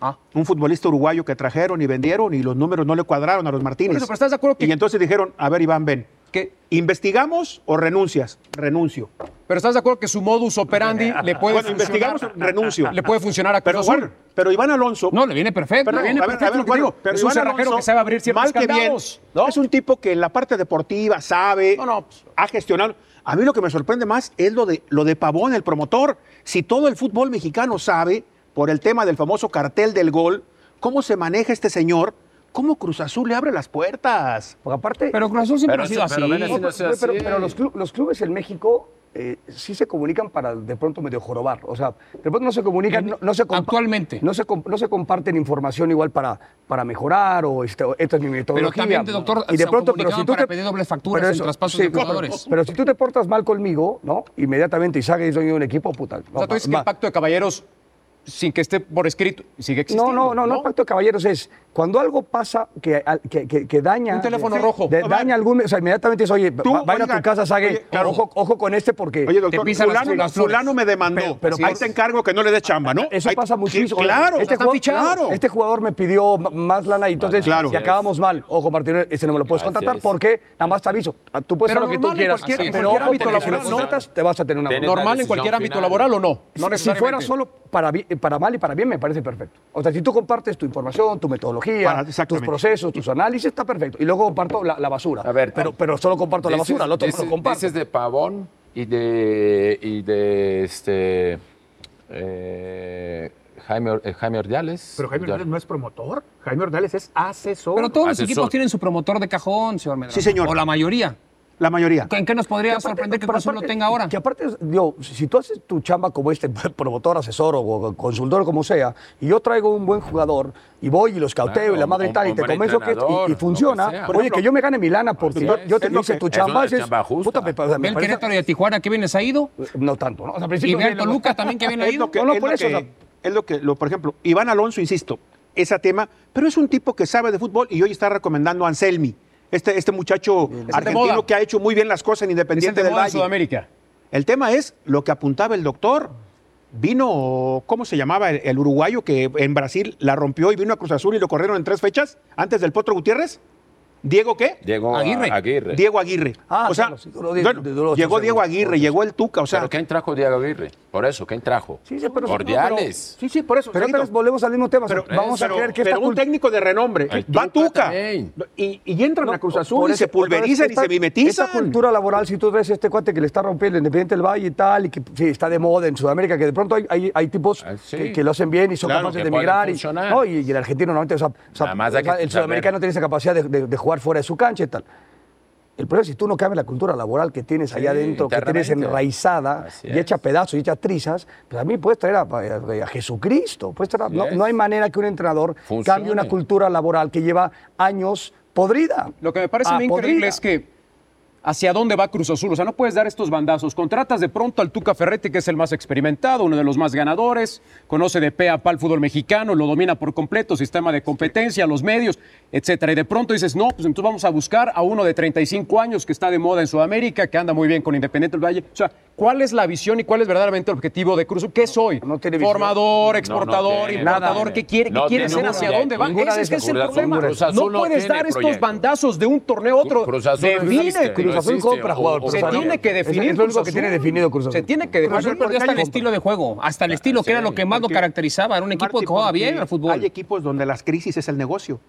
C: Ah.
F: un futbolista uruguayo que trajeron y vendieron y los números no le cuadraron a los Martínez.
E: Por eso, pero ¿estás de acuerdo que-
F: Y entonces dijeron, a ver, Iván, ven,
E: Que-
F: ¿investigamos o renuncias? Renuncio.
E: Pero ¿estás de acuerdo que su modus operandi le puede
F: Bueno,
E: funcionar?
F: investigamos, renuncio.
E: Le puede funcionar a Cruz
F: Pero,
E: Azul.
F: bueno, pero Iván Alonso...
C: no, le viene perfecto.
F: Pero
C: le viene
F: a ver,
C: perfecto
F: a ver,
E: lo que
F: bueno,
E: digo.
F: pero
E: Es un
F: Iván
E: cerrajero
F: Alonso,
E: que sabe abrir ciertos
F: mal que bien,
E: candados, ¿no?
F: Es un tipo que en la parte deportiva sabe,
E: No, no, pues.
F: ha gestionado. A mí lo que me sorprende más es lo de, lo de Pavón, el promotor. Si todo el fútbol mexicano sabe, por el tema del famoso cartel del gol, cómo se maneja este señor, cómo Cruz Azul le abre las puertas.
B: Porque aparte,
C: Pero Cruz Azul siempre
D: Pero
C: ha sido así.
D: eso- pero ven
B: No, pero,
D: haciendo- Entonces,
B: pero-
D: así-
B: pero los, clu- los clubes en México eh, sí se comunican para de pronto medio jorobar. O sea, de pronto no se comunican, no, no se compa-
C: Actualmente.
B: No se, comp- no se comparten información igual para, para mejorar o este, o esta es mi metodología.
C: también, doctor, se comunicaban para pedir dobles facturas en traspasos de
B: pero-
C: jugadores.
B: Pero, si tú te portas mal conmigo, ¿no? Inmediatamente Isaga es dueño de un equipo, puta.
E: O sea, tú
B: va-
E: dices que el
B: va-
E: pacto de caballeros, sin que esté por escrito, sigue existiendo.
B: no, no, no, no, pacto de caballeros es cuando algo pasa que, al- que, que- que daña.
E: Un teléfono
B: de-
E: rojo.
B: de-
E: A ver.
B: daña algún. O sea, inmediatamente dice, oye, va- vayan a
F: oiga,
B: tu casa, Sague,
F: oye, claro.
B: ojo, ojo con este porque.
F: Oye, doctor,
C: pisan las-
F: fulano,
C: las flores.
F: fulano me demandó.
B: Pero-
F: Pero,
B: pero
F: ahí
B: por-
F: te encargo que no le dé chamba, ¿no?
B: Eso
F: Ahí-
B: pasa muchísimo.
F: Sí, claro,
B: este jugador,
F: claro.
B: este jugador me pidió m- más lana y entonces
F: Claro.
B: si acabamos mal, ojo Martínez, ese no me lo puedes
D: Así
B: contratar
D: es.
B: porque nada más te aviso. Tú puedes hacer
E: Pero
B: lo que tú
E: normal en
B: quieras,
E: cualquier-
B: pero
E: en cualquier
B: ojo,
E: ámbito
B: porque si
E: laboral,
B: no
E: ¿no?
B: contratas te vas a tener una
D: Tienes
B: bronca.
D: la
E: Normal en cualquier
D: decisión
E: ámbito
D: final.
E: laboral o no. No
B: si
E: necesariamente.
B: fuera solo para, bi- para mal y para bien, me parece perfecto. O sea, si tú compartes tu información, tu
F: Para-
B: metodología, tus
F: exactamente.
B: procesos, tus análisis, está perfecto. Y luego comparto la, la basura.
D: A ver,
B: pero,
D: tam-
B: pero solo comparto la basura,
D: Dices-
B: el otro no
D: dices-
B: lo comparto.
D: dices de Pavón y de, y de este, eh, Jaime, Or- eh, Jaime Ordiales.
G: Pero Jaime Ordiales no es promotor, Jaime Ordiales es asesor.
C: Pero todos los
D: Asesor.
C: equipos tienen su promotor de cajón, señor Medrano.
F: Sí, señor.
C: O la mayoría.
F: La mayoría.
C: ¿En qué nos podría
B: aparte-
C: sorprender que
B: pero
C: Cruz Azul lo
B: aparte-
C: tenga ahora?
B: Que aparte, digo, si si tú haces tu chamba como este promotor, asesor o- o consultor, como sea, y yo traigo un buen jugador y voy y los cauteo
D: Claro,
B: y la madre
D: un-
B: y tal, y
D: un
B: te
D: buen
B: convenzo que
D: entrenador,
B: y- y,
D: lo que
B: funciona,
D: sea.
B: oye, que yo me gane mi lana porque yo, yo te
F: Es lo
B: hice
F: que-
B: tu
D: es
B: chamba.
D: una
B: haces-
D: chamba justa.
B: puta, me- me
C: Ve el
B: parece-
C: Querétaro y a Tijuana, ¿qué vienes ha ido?
B: No tanto, ¿no? O sea, al
C: Y
B: principio-
C: ve al Toluca también, ¿qué viene ha
F: Es
C: ido?
F: lo que,
B: No, no,
F: es
B: por
F: lo
B: eso,
F: que-
B: o sea-
F: es lo que, lo- por ejemplo, Iván Alonso, insisto, ese tema, pero es un tipo que sabe de fútbol y hoy está recomendando a Anselmi, este, este muchacho
E: de
F: argentino
E: moda.
F: que ha hecho muy bien las cosas en
E: Es el
F: Independiente
E: de
F: del
E: moda en
F: Valle.
E: Sudamérica.
F: El tema es lo que apuntaba el doctor. Vino, ¿cómo se llamaba? El, el uruguayo que en Brasil la rompió y vino a Cruz Azul y lo corrieron en tres fechas antes del Potro Gutiérrez. ¿Diego qué?
D: Diego
C: Aguirre.
D: Aguirre. Aguirre.
F: Diego Aguirre.
B: Ah,
F: o sea,
B: claro, sí, duró diez-
F: bueno,
B: duró
F: llegó
B: seis
F: Diego
B: segundos.
F: Aguirre, llegó el Tuca, o sea,
D: ¿Pero quién trajo Diego Aguirre? Por eso, ¿quién trajo?
B: Sí, sí, pero-
D: Ordiales.
F: sí, sí, por eso.
B: Pero otra
F: Saguito.
B: vez volvemos al mismo tema. o sea,
F: Pero-
B: vamos a
F: pero-
B: creer que
F: pero
B: esta
F: un
B: cultura-
F: técnico de renombre
D: El
F: va
D: Tuca
F: Tuca
D: también.
F: y, y entran a
B: No,
F: Cruz
B: por
F: Azul y
B: eso,
F: se pulverizan y
B: esta-
F: se mimetizan.
B: Esta cultura laboral, si tú ves este cuate que le está rompiendo el Independiente del Valle y tal, y que sí, está de moda en Sudamérica, que de pronto hay, hay, hay tipos
D: Ah, sí.
B: que, que lo hacen bien y son
D: Claro,
B: capaces
D: que
B: de
D: pueden
B: emigrar. Y,
D: funcionar.
B: no, y, y el argentino normalmente, o sea, o sea,
D: Nada más hay
B: o sea,
D: que
B: el
D: saber.
B: sudamericano tiene esa capacidad de, de- de jugar fuera de su cancha y tal. El problema es si tú no cambias la cultura laboral que tienes allá adentro, que tienes
D: internamente.
B: enraizada
D: Así
B: y hecha
D: es.
B: pedazos y hecha trizas, pues a mí puedes traer a, a- a Jesucristo. Puedes traer a-
D: Así
B: no,
D: es.
B: no hay manera que un entrenador cambie una
D: Funcione.
B: cultura laboral que lleva años podrida.
E: Lo que me parece
B: Ah,
E: muy increíble
B: podrida.
E: es que hacia dónde va Cruz Azul. O sea, no puedes dar estos bandazos. Contratas de pronto al Tuca Ferretti, que es el más experimentado, uno de los más ganadores, conoce de pe a pa el fútbol mexicano, lo domina por completo, sistema de competencia, los medios, etcétera. Y de pronto dices, no, pues entonces vamos a buscar a uno de 35 años que está de moda en Sudamérica, que anda muy bien con Independiente del Valle. O sea, ¿cuál es la visión y cuál es verdaderamente el objetivo de Cruz Azul? ¿Qué soy?
B: No tiene visión.
E: Formador, exportador,
D: tiene,
E: importador,
D: nada.
E: ¿qué quiere, qué
D: No
E: quiere
D: tiene
E: ser?
D: ninguna
E: ¿Hacia
D: idea.
E: dónde va?
B: Ninguna
E: Ese
B: de
E: es que es
B: esas.
E: el
D: Cruz Azul-
E: problema.
D: Cruz Azul
E: No
D: no
E: puedes
D: tiene
E: dar estos
D: proyecto.
E: bandazos de un torneo a otro.
D: Cruz Azul no
E: Define,
D: existe, no
B: Cruz Azul
D: existe,
B: compra
D: o-
B: jugador,
D: o-
B: pero
E: se
D: Cruz Azul.
E: tiene que
B: es-
E: definir.
B: es lo único
E: Cruz
B: que tiene
E: Azul.
B: definido Cruz Azul.
E: Se tiene que
C: Cruz
E: definir.
C: Azul perdió hasta el
E: porque-
C: estilo de juego, hasta el estilo que era lo que más lo
F: Porque-
C: caracterizaba. Era un equipo
F: Martín,
C: que jugaba
F: porque
C: bien al fútbol.
F: Hay equipos donde las crisis es el negocio.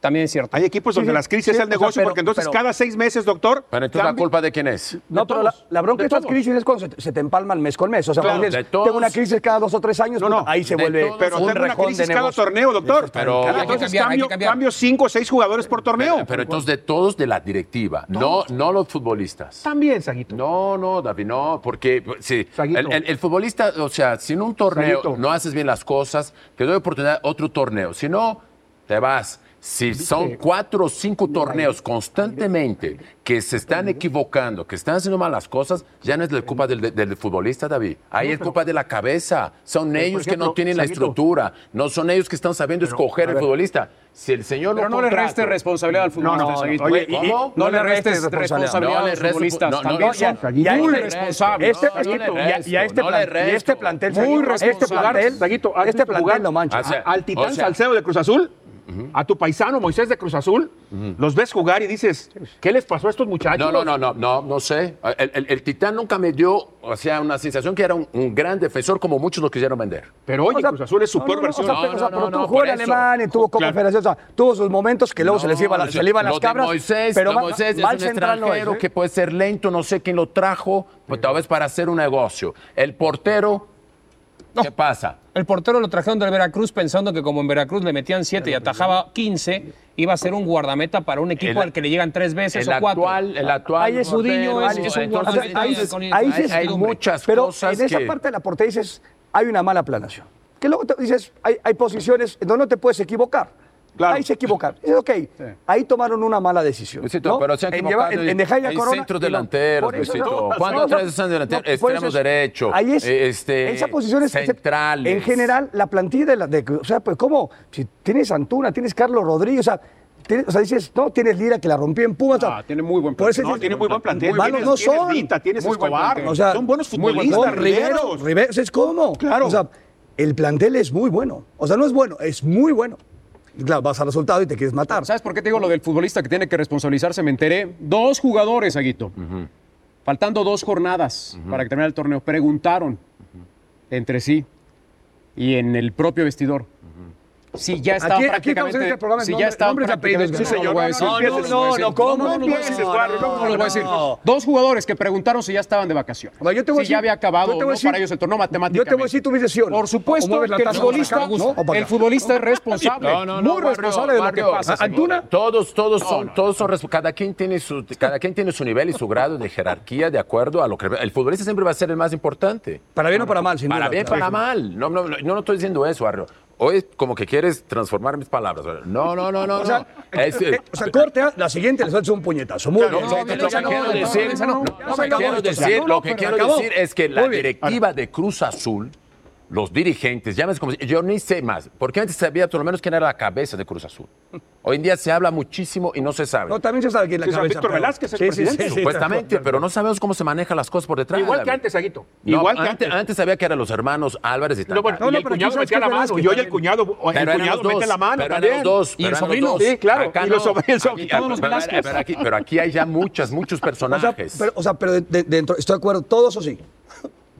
C: También es cierto.
F: Hay equipos
B: Sí,
F: donde
B: sí,
F: las crisis
B: sí,
F: es el
B: o sea,
F: negocio,
B: pero-
F: porque entonces
B: pero-
F: cada seis meses, doctor,
D: Pero entonces la
F: cambia-
D: culpa de quién es.
B: No, pero la,
F: todos,
B: la bronca
F: de
B: de estas
F: todos.
B: crisis es cuando se, se te empalman mes con mes. O sea,
F: Claro.
B: cuando dices,
D: De todos.
B: tengo una crisis cada dos o tres años,
F: No, no,
B: puta, ahí se
D: de
B: vuelve
D: todos.
F: pero
B: un
F: tengo una
B: rejón
F: crisis
B: de
F: cada
B: negocio.
F: torneo, doctor.
D: Pero-
F: Y
D: Hay que
F: entonces
C: cambiar, hay que
F: cambio,
C: cambiar.
F: cambio cinco o seis jugadores por torneo.
D: Pero, pero entonces de todos de la directiva, no, no los futbolistas.
G: También, Saguito.
D: No, no, David, no, porque sí, el,
G: Saguito.
D: el- el futbolista, o sea, sin un torneo
G: Saguito.
D: no haces bien las cosas, te doy oportunidad a otro torneo, si no, te vas. Si son cuatro o cinco torneos constantemente que se están equivocando, que están haciendo malas cosas, ya no es la culpa del, del futbolista, David. Ahí es culpa de la cabeza. Son
G: por
D: ellos que no
G: ejemplo,
D: tienen la
G: Saguito.
D: estructura, no son ellos que están sabiendo escoger el futbolista. Si el señor
E: Pero
D: lo
E: no le
D: contrata-
E: reste responsabilidad al
F: No,
E: futbolista.
F: no,
E: Saguito.
F: oye, y- y-
D: ¿Cómo?
E: No le
B: restes
E: restes responsabilidad
D: No
E: a
D: le
E: los
D: restes-
E: futbolistas.
D: no, no,
E: También
D: no,
E: son
B: y a
E: muy
B: este-
E: responsables.
B: Este,
D: No, no le
B: Saguito, y a- y a
D: resto,
B: este
D: no le
B: plan- y a este
D: resto.
B: plantel,
E: Muy
B: Saguito, este
E: responsable.
B: plantel,
G: Saguito, antes
B: este
G: de jugar-
B: plantel no mancha.
D: O sea,
F: a- al titán
D: o sea-
F: Salcedo de Cruz Azul, a tu paisano Moisés de Cruz Azul, los ves jugar y dices, ¿qué les pasó a estos muchachos?
D: No, no, no, no, no, no sé. El, el- el Titán nunca me dio, o sea, una sensación que era un, un gran defensor como muchos lo quisieron vender.
F: Pero oye,
B: O sea,
F: Cruz Azul es su
B: no,
F: peor
B: no, no,
F: versión.
B: O sea, pero- o sea,
D: No, no,
B: pero
D: no,
B: tú
D: no,
B: jugó
D: por
B: en
D: eso.
B: Alemania, tuvo Copa
F: Claro.
B: Federación, o sea, tuvo sus momentos que luego se les
D: No,
B: iba la-
D: lo-
B: se le iban
D: lo
B: las
D: de
B: cabras.
D: Moisés,
B: pero
D: lo de
B: ma-
D: Moisés
B: mal
D: es un
B: central no es,
D: extranjero
B: ¿eh?
D: que puede ser lento, no sé quién lo trajo, pues, tal vez para hacer un negocio. El portero, ¿qué pasa?
C: El portero lo trajeron del Veracruz pensando que como en Veracruz le metían 7 y atajaba 15, iba a ser un guardameta para un equipo
D: El-
C: al que le llegan 3 veces
D: El
C: o 4.
D: actual, el actual.
B: Ahí es un
D: portero,
C: niño, es- es un
D: entonces,
C: guardameta
D: ahí-
C: con
D: ahí-
B: ahí
D: hay,
B: se-
D: muchas
B: Pero
D: cosas
B: en esa
D: que-
B: parte de la portería dices, hay una mala planación. Que luego te dices, hay, hay posiciones en donde no te puedes equivocar.
F: Claro.
B: Ahí se equivocaron. Dices, ok, ahí tomaron una mala decisión.
D: Luisito,
B: ¿no?
D: pero se han
B: En
D: equivocado
B: llevar- en,
D: en-
B: en dejar ir a
D: en
B: Corona
D: centros
B: y no-
D: delanteros,
B: por eso
D: Luisito.
B: no,
D: ¿Cuántos
B: no, no.
D: tres son delanteros?
B: por eso
D: Extremo
B: es-
D: derecho,
B: Ahí es,
D: eh, este,
B: esas posiciones se-
D: centrales.
B: En general, la plantilla de la. de- o sea, pues, ¿cómo? Si tienes Antuna, tienes Carlos Rodríguez, o sea. tienes- o sea, dices, no, tienes Lira que la rompió en Pumas. o sea,
E: Ah, tiene muy buen
B: por eso
E: plantel.
B: dices,
E: No, tiene muy buen plantel.
B: Malos
E: Tienes-
B: no
E: tienes
B: son.
E: Vita, tienes Muy buen Escobar. plantel.
B: O sea,
E: Son buenos
B: muy buen
E: futbolistas,
B: plantel.
E: riveros.
B: Riveros, es como.
F: Claro.
B: O sea, el plantel es muy bueno. O sea, no es bueno, es muy bueno. Y Claro, vas al resultado y te quieres matar.
E: ¿Sabes por qué te digo lo del futbolista que tiene que responsabilizarse? Me enteré. Dos jugadores, Aguito. Faltando dos jornadas para que termine el torneo. Preguntaron entre sí y en el propio vestidor. Si ya está
B: Aquí- aquí estamos
E: prácticamente.
B: en este programa,
E: si
B: nombre-
E: ya está
B: nombres y apellidos,
E: prácticamente-
B: ¿no?
E: Sí,
B: No,
E: señor,
B: no,
E: lo voy a decir.
B: no, no,
E: No,
B: no, ¿cómo?
E: no, no,
B: No empieces, Barry, no,
E: no lo voy a decir.
B: no.
E: Dos jugadores que preguntaron si ya estaban de vacaciones.
B: Bueno, yo te voy a
E: si
B: decir-
E: ya había acabado
B: yo te voy a
E: o no
B: decir-
E: para ellos el torneo
B: Yo
E: matemáticamente.
B: te voy a decir, tú me dices sí o no.
E: Por
B: O
E: supuesto
B: mueves la
E: que el
B: taza para acá,
E: futbolista,
B: ¿no? o para
E: el
B: acá.
E: futbolista es responsable.
D: No, no, no,
E: muy
D: Barrio,
E: responsable de lo que
D: Barrio,
E: pasa. señor.
B: Antuna.
D: Todos, todos son, todos son resp- cada quien tiene su, cada quien tiene su nivel y su grado de jerarquía de acuerdo a lo que el futbolista siempre va a ser el más importante.
B: Para bien o para mal, sin
D: para
B: duda,
D: bien,
B: claro.
D: para mal. No, no, no, no, no estoy diciendo eso, Barrio. Hoy como que quieres transformar mis palabras. Barrio. No, no, no, no.
B: O sea,
D: no. Es-
B: eh, o sea, corte, ah, la siguiente les haces un puñetazo. Muy
D: no,
B: bien.
D: no,
C: bien,
D: lo que
C: ya no,
D: quiero
C: no,
D: decir-
C: no, no,
D: no,
B: ya
D: lo
B: se
D: que
B: acabó
D: quiero
B: esto, se
D: decir-
B: acabó,
D: lo que
B: pero
D: quiero
B: acabó.
D: decir es que la
B: Muy bien.
D: directiva de Cruz Azul, los dirigentes, llámese como yo ni sé más, porque antes sabía por lo menos quién era la cabeza de Cruz Azul. Hoy en día se habla muchísimo y no se sabe.
B: No, también se sabe quién es la
G: Sí, San
B: cabeza.
G: Víctor
B: pero-
G: Velázquez, el
B: Sí, sí, sí,
G: presidente,
B: sí,
D: Supuestamente, pero no sabemos cómo se manejan las cosas por detrás.
G: Igual
D: la
G: que
D: verdad.
G: antes, Aguito.
D: No,
G: Igual que
D: antes,
G: antes.
D: antes sabía que eran los hermanos Álvarez y
G: Lo-
D: Tantán.
B: No,
G: y
B: no,
G: el
B: pero tú
G: cuñado
B: sabes
G: metía
B: que
G: la mano.
B: Velázquez
G: Y hoy el
B: también.
G: cuñado, el
D: eran
G: cuñado
D: los dos,
G: mete la mano.
D: pero eran
G: también.
D: los dos,
G: Y
D: pero
G: el
D: eran los
G: sobrino.
D: dos.
G: Sí, claro.
D: Acá
G: y los
D: no.
G: sobrinos.
D: Aquí-
G: todos los
D: pero-
G: Velázquez.
D: pero aquí- pero aquí hay ya muchas, muchos
B: O sea,
D: personajes.
B: pero, o sea, pero de- de- dentro, estoy de acuerdo, todo eso sí.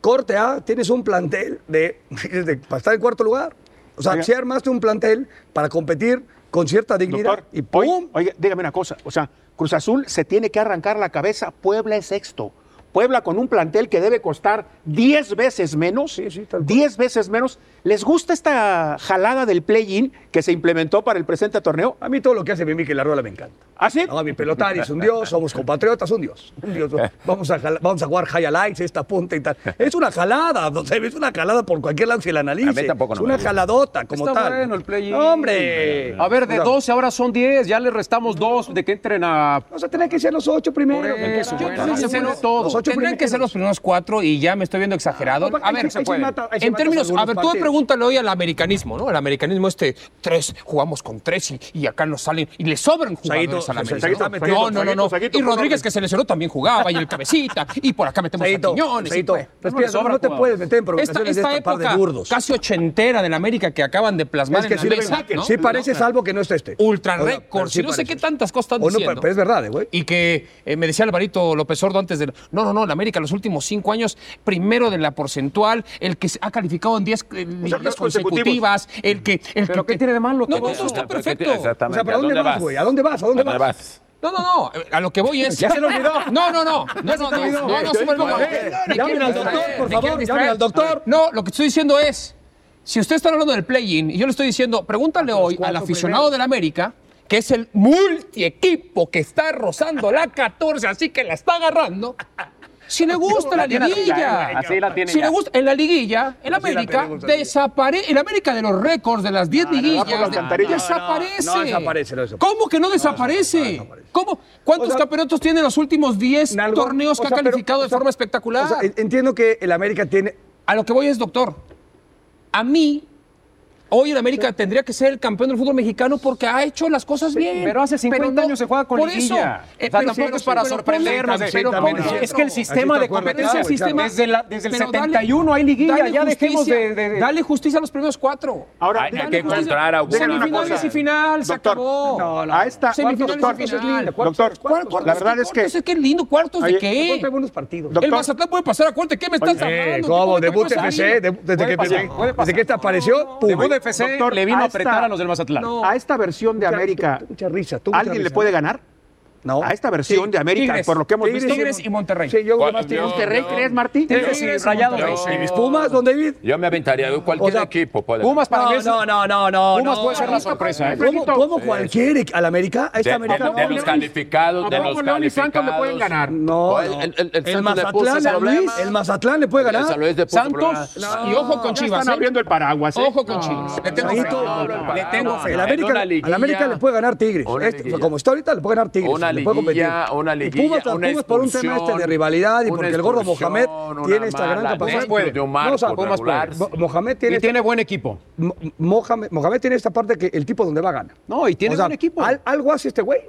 B: Corte A, tienes un plantel de, de- para estar en cuarto lugar. O sea,
F: Oiga.
B: si armaste un plantel para competir con cierta dignidad
F: Doctor,
B: y
F: oye,
B: ¡pum!
F: oye, dígame una cosa. O sea, Cruz Azul se tiene que arrancar la cabeza. Puebla es sexto. Puebla con un plantel que debe costar 10 veces menos.
B: Sí, sí, tal cual.
F: 10 veces menos. ¿Les gusta esta jalada del play-in que se implementó para el presente torneo?
B: A mí todo lo que hace Mimi que la rueda me encanta.
F: ¿Ah, sí?
B: No, mi pelotari es un dios, somos compatriotas, un dios. Un dios. Vamos, a jala- vamos a jugar high lights, esta punta y tal. Es una jalada, no sé, es una jalada por cualquier lado que la analice.
D: A mí tampoco
B: es
D: no me
B: una
D: gusta.
B: jaladota como
E: Está
B: tal.
E: bueno el play-in.
B: ¡Hombre!
E: A ver, de
B: O sea,
E: 12 ahora son 10, ya le restamos 2 de que entren a...
B: Vamos a tener que ser los ocho primero.
E: Por eso,
B: Yo
E: bueno,
B: creo
E: no
B: que
E: se
B: son
E: puede
B: los-
E: todo.
B: los ocho
C: Tendrán que ser
B: primeros.
C: los primeros cuatro y ya me estoy viendo exagerado.
B: Ah,
C: A ver,
B: ahí se- ahí se mata- ahí se
C: en
B: matan
C: términos, a
B: algunos
C: ver, tú
B: partidos.
C: pregúntale hoy al americanismo, ¿no? Al americanismo este, tres, jugamos con tres y, y acá nos salen, y le sobran jugadores
B: Saguito,
C: al América.
B: Saguito
C: ¿no?
B: está metiendo,
C: no, no, no,
G: Saguito,
C: no.
G: Saguito,
C: y
G: por
C: Rodríguez
G: orden.
C: que se lesionó también jugaba, y el cabecita, y por acá metemos
B: Saito,
C: a Quiñones. y
B: Saito,
C: pues,
B: respira,
E: sobran
B: no te
E: jugadores.
B: puedes meter en
C: esta,
B: provocaciones
C: esta
B: de esta par de
C: época
B: burdos.
C: casi ochentera de la América que acaban de plasmar
B: es que
C: en la
B: sí, le-
C: mesa, ¿no?
B: sí parece, salvo que no esté este.
C: Ultra
B: O sea,
C: récord,
B: pero
C: si
B: sí
C: no sé
B: parece.
C: qué tantas cosas están
B: O no,
C: diciendo.
B: pero es verdad, güey.
C: Y que eh, me decía Alvarito López Sordo antes de. No, no, no, la América los últimos cinco años, primero de la porcentual, el que se ha calificado en 10 eh,
G: sea,
C: ligas
G: tres consecutivas.
C: consecutivas, el que. El
E: ¿Pero
C: que-
E: qué tiene de malo?
C: No,
E: Todo
C: no, eso
E: eso
C: está
D: Pero-
C: perfecto.
D: Exactamente.
B: O sea, ¿para dónde vas, güey? ¿A dónde vas? ¿A dónde vas?
C: No, no, no, a lo que voy es.
B: Ya se lo olvidó.
C: No, no, no. No, no, no.
B: olvidó.
C: No, no,
B: Te
C: se vuelva
B: digo,
C: a
B: eh,
C: ver.
B: llamen al doctor, por favor, llamen al doctor.
C: No, lo que estoy diciendo es. Si usted está hablando del play-in, y yo le estoy diciendo, pregúntale hoy al aficionado del América, que es el multiequipo que está rozando la 14, así que la está agarrando. Si le gusta la
E: tiene así ya,
C: liguilla.
E: güey, así la tiene
C: si
E: ya.
C: le gusta en la liguilla, el América desaparece, el América de los récords de las 10 liguillas
G: por la
C: de-
G: alcantarilla. No, no,
C: desaparece.
B: no desaparece, no desaparece.
C: ¿Cómo que no
E: Ah,
C: desaparece? ¿Cómo? ¿Cuántos
B: O sea,
C: campeonatos tiene los últimos 10
B: Nalgo,
C: torneos que
B: o sea,
C: ha
B: pero-
C: calificado
B: o sea,
C: de forma espectacular?
B: O sea,
E: eh,
B: en- entiendo que el América tiene.
C: a lo que voy es, doctor, a mí, hoy en América tendría que ser el campeón del fútbol mexicano porque ha hecho las cosas bien.
E: pero hace 50
C: no-
E: años se juega con
C: por eso, eh,
E: liguilla. O sea,
C: pero-
E: tampoco
C: pero-
E: es para
C: pero
E: sorprendernos
C: ponle- pero
E: de- Sí,
C: ponle
E: también.
C: otro.
E: Es que el
B: sistema de competencia,
C: el sistema-
E: Desde, la- desde el
C: Pero dale-
E: 71 hay liguilla,
C: dale
E: ya dejemos de...
C: justicia-
E: de- de-
C: Dale justicia a los primeros cuatro.
D: Ahora, hay, hay que encontrar a
C: Dígame
D: una
C: una
D: cosa.
C: cosa. final, se acabó.
F: a esta,
C: Semifinales
F: doctor,
C: y final.
F: doctor,
C: Cuartos,
F: la verdad
C: ¿qué
F: es que,
C: cuartos? qué lindo, ¿cuartos de
F: Oye,
C: qué?
B: Hay buenos partidos.
F: Doctor.
C: El Mazatlán puede pasar a cuartos, ¿qué me estás hablando?
B: Eh,
C: ¿Qué
B: ¿Cómo?
C: momento
B: Debut
C: puede
B: FC,
C: salir?
B: de- desde que,
E: pasar,
B: empezó-
E: puede pasar.
B: desde que esta apareció, pum.
E: de UFC
F: Doctor,
E: le vino a
F: a esta-
E: apretar a los del Mazatlán.
C: No.
F: a esta versión de América,
B: Mucha risa, tú mucha
F: ¿alguien le
B: risa.
F: puede ganar?
B: No.
F: a esta versión de América,
C: Tigres,
F: por lo que hemos
C: Tigres,
F: visto.
C: Tigres y Monterrey.
B: Sí, yo
D: ¿Cuál?
B: más Tigres.
D: Yo-
E: ¿Monterrey
D: yo-
E: crees, Martín?
C: Tigres y Rayados.
B: ¿Y mis Pumas, don David?
D: Yo me aventaría de cualquier
B: O sea,
D: equipo. Puede
E: Pumas para mí
B: No,
E: es-
B: no, no, no, no.
E: Pumas
B: no.
E: puede ser la sorpresa. ¿eh?
B: ¿Cómo, cómo cualquier equ- al América? A
D: De,
B: esta
D: de-
B: América
D: de los calificados, de los
G: León y Santos le
D: calificados.
G: pueden ganar?
B: no.
D: El- el- el- el
B: el,
D: Santos le puso
B: Mazatlán,
D: ese problema.
B: el Mazatlán le puede ganar.
D: San Luis le puso problema.
C: Santos y ojo con
G: Ya
C: Chivas.
G: Están
C: ¿eh?
G: abriendo el paraguas. ¿eh?
C: Ojo con Chivas. Le tengo fe.
B: Chaito,
C: Le tengo fe.
B: El
D: no,
B: América,
D: una
B: al
D: liguilla.
B: América le puede ganar Tigres.
D: Una
B: Este,
D: liguilla.
B: como está ahorita, le puede ganar Tigres.
D: Una
B: le puede competir.
D: liguilla, una
B: Y
D: liguilla,
B: Pumas, las
D: una
B: Pumas por un tema
D: expulsión,
B: este de rivalidad y
D: una
B: porque el gordo
D: expulsión,
B: Mohamed
D: una
B: tiene esta gran
D: mala
B: capacidad.
D: de- Puede. de un marco
B: Pumas
D: regular.
B: puede. Mo- Mohamed tiene
E: Y
B: esta-
E: tiene buen equipo.
B: Mo- Mohamed, Mohamed tiene esta parte que el tipo donde va gana.
E: No, y tiene
B: un
E: buen equipo.
B: algo hace este güey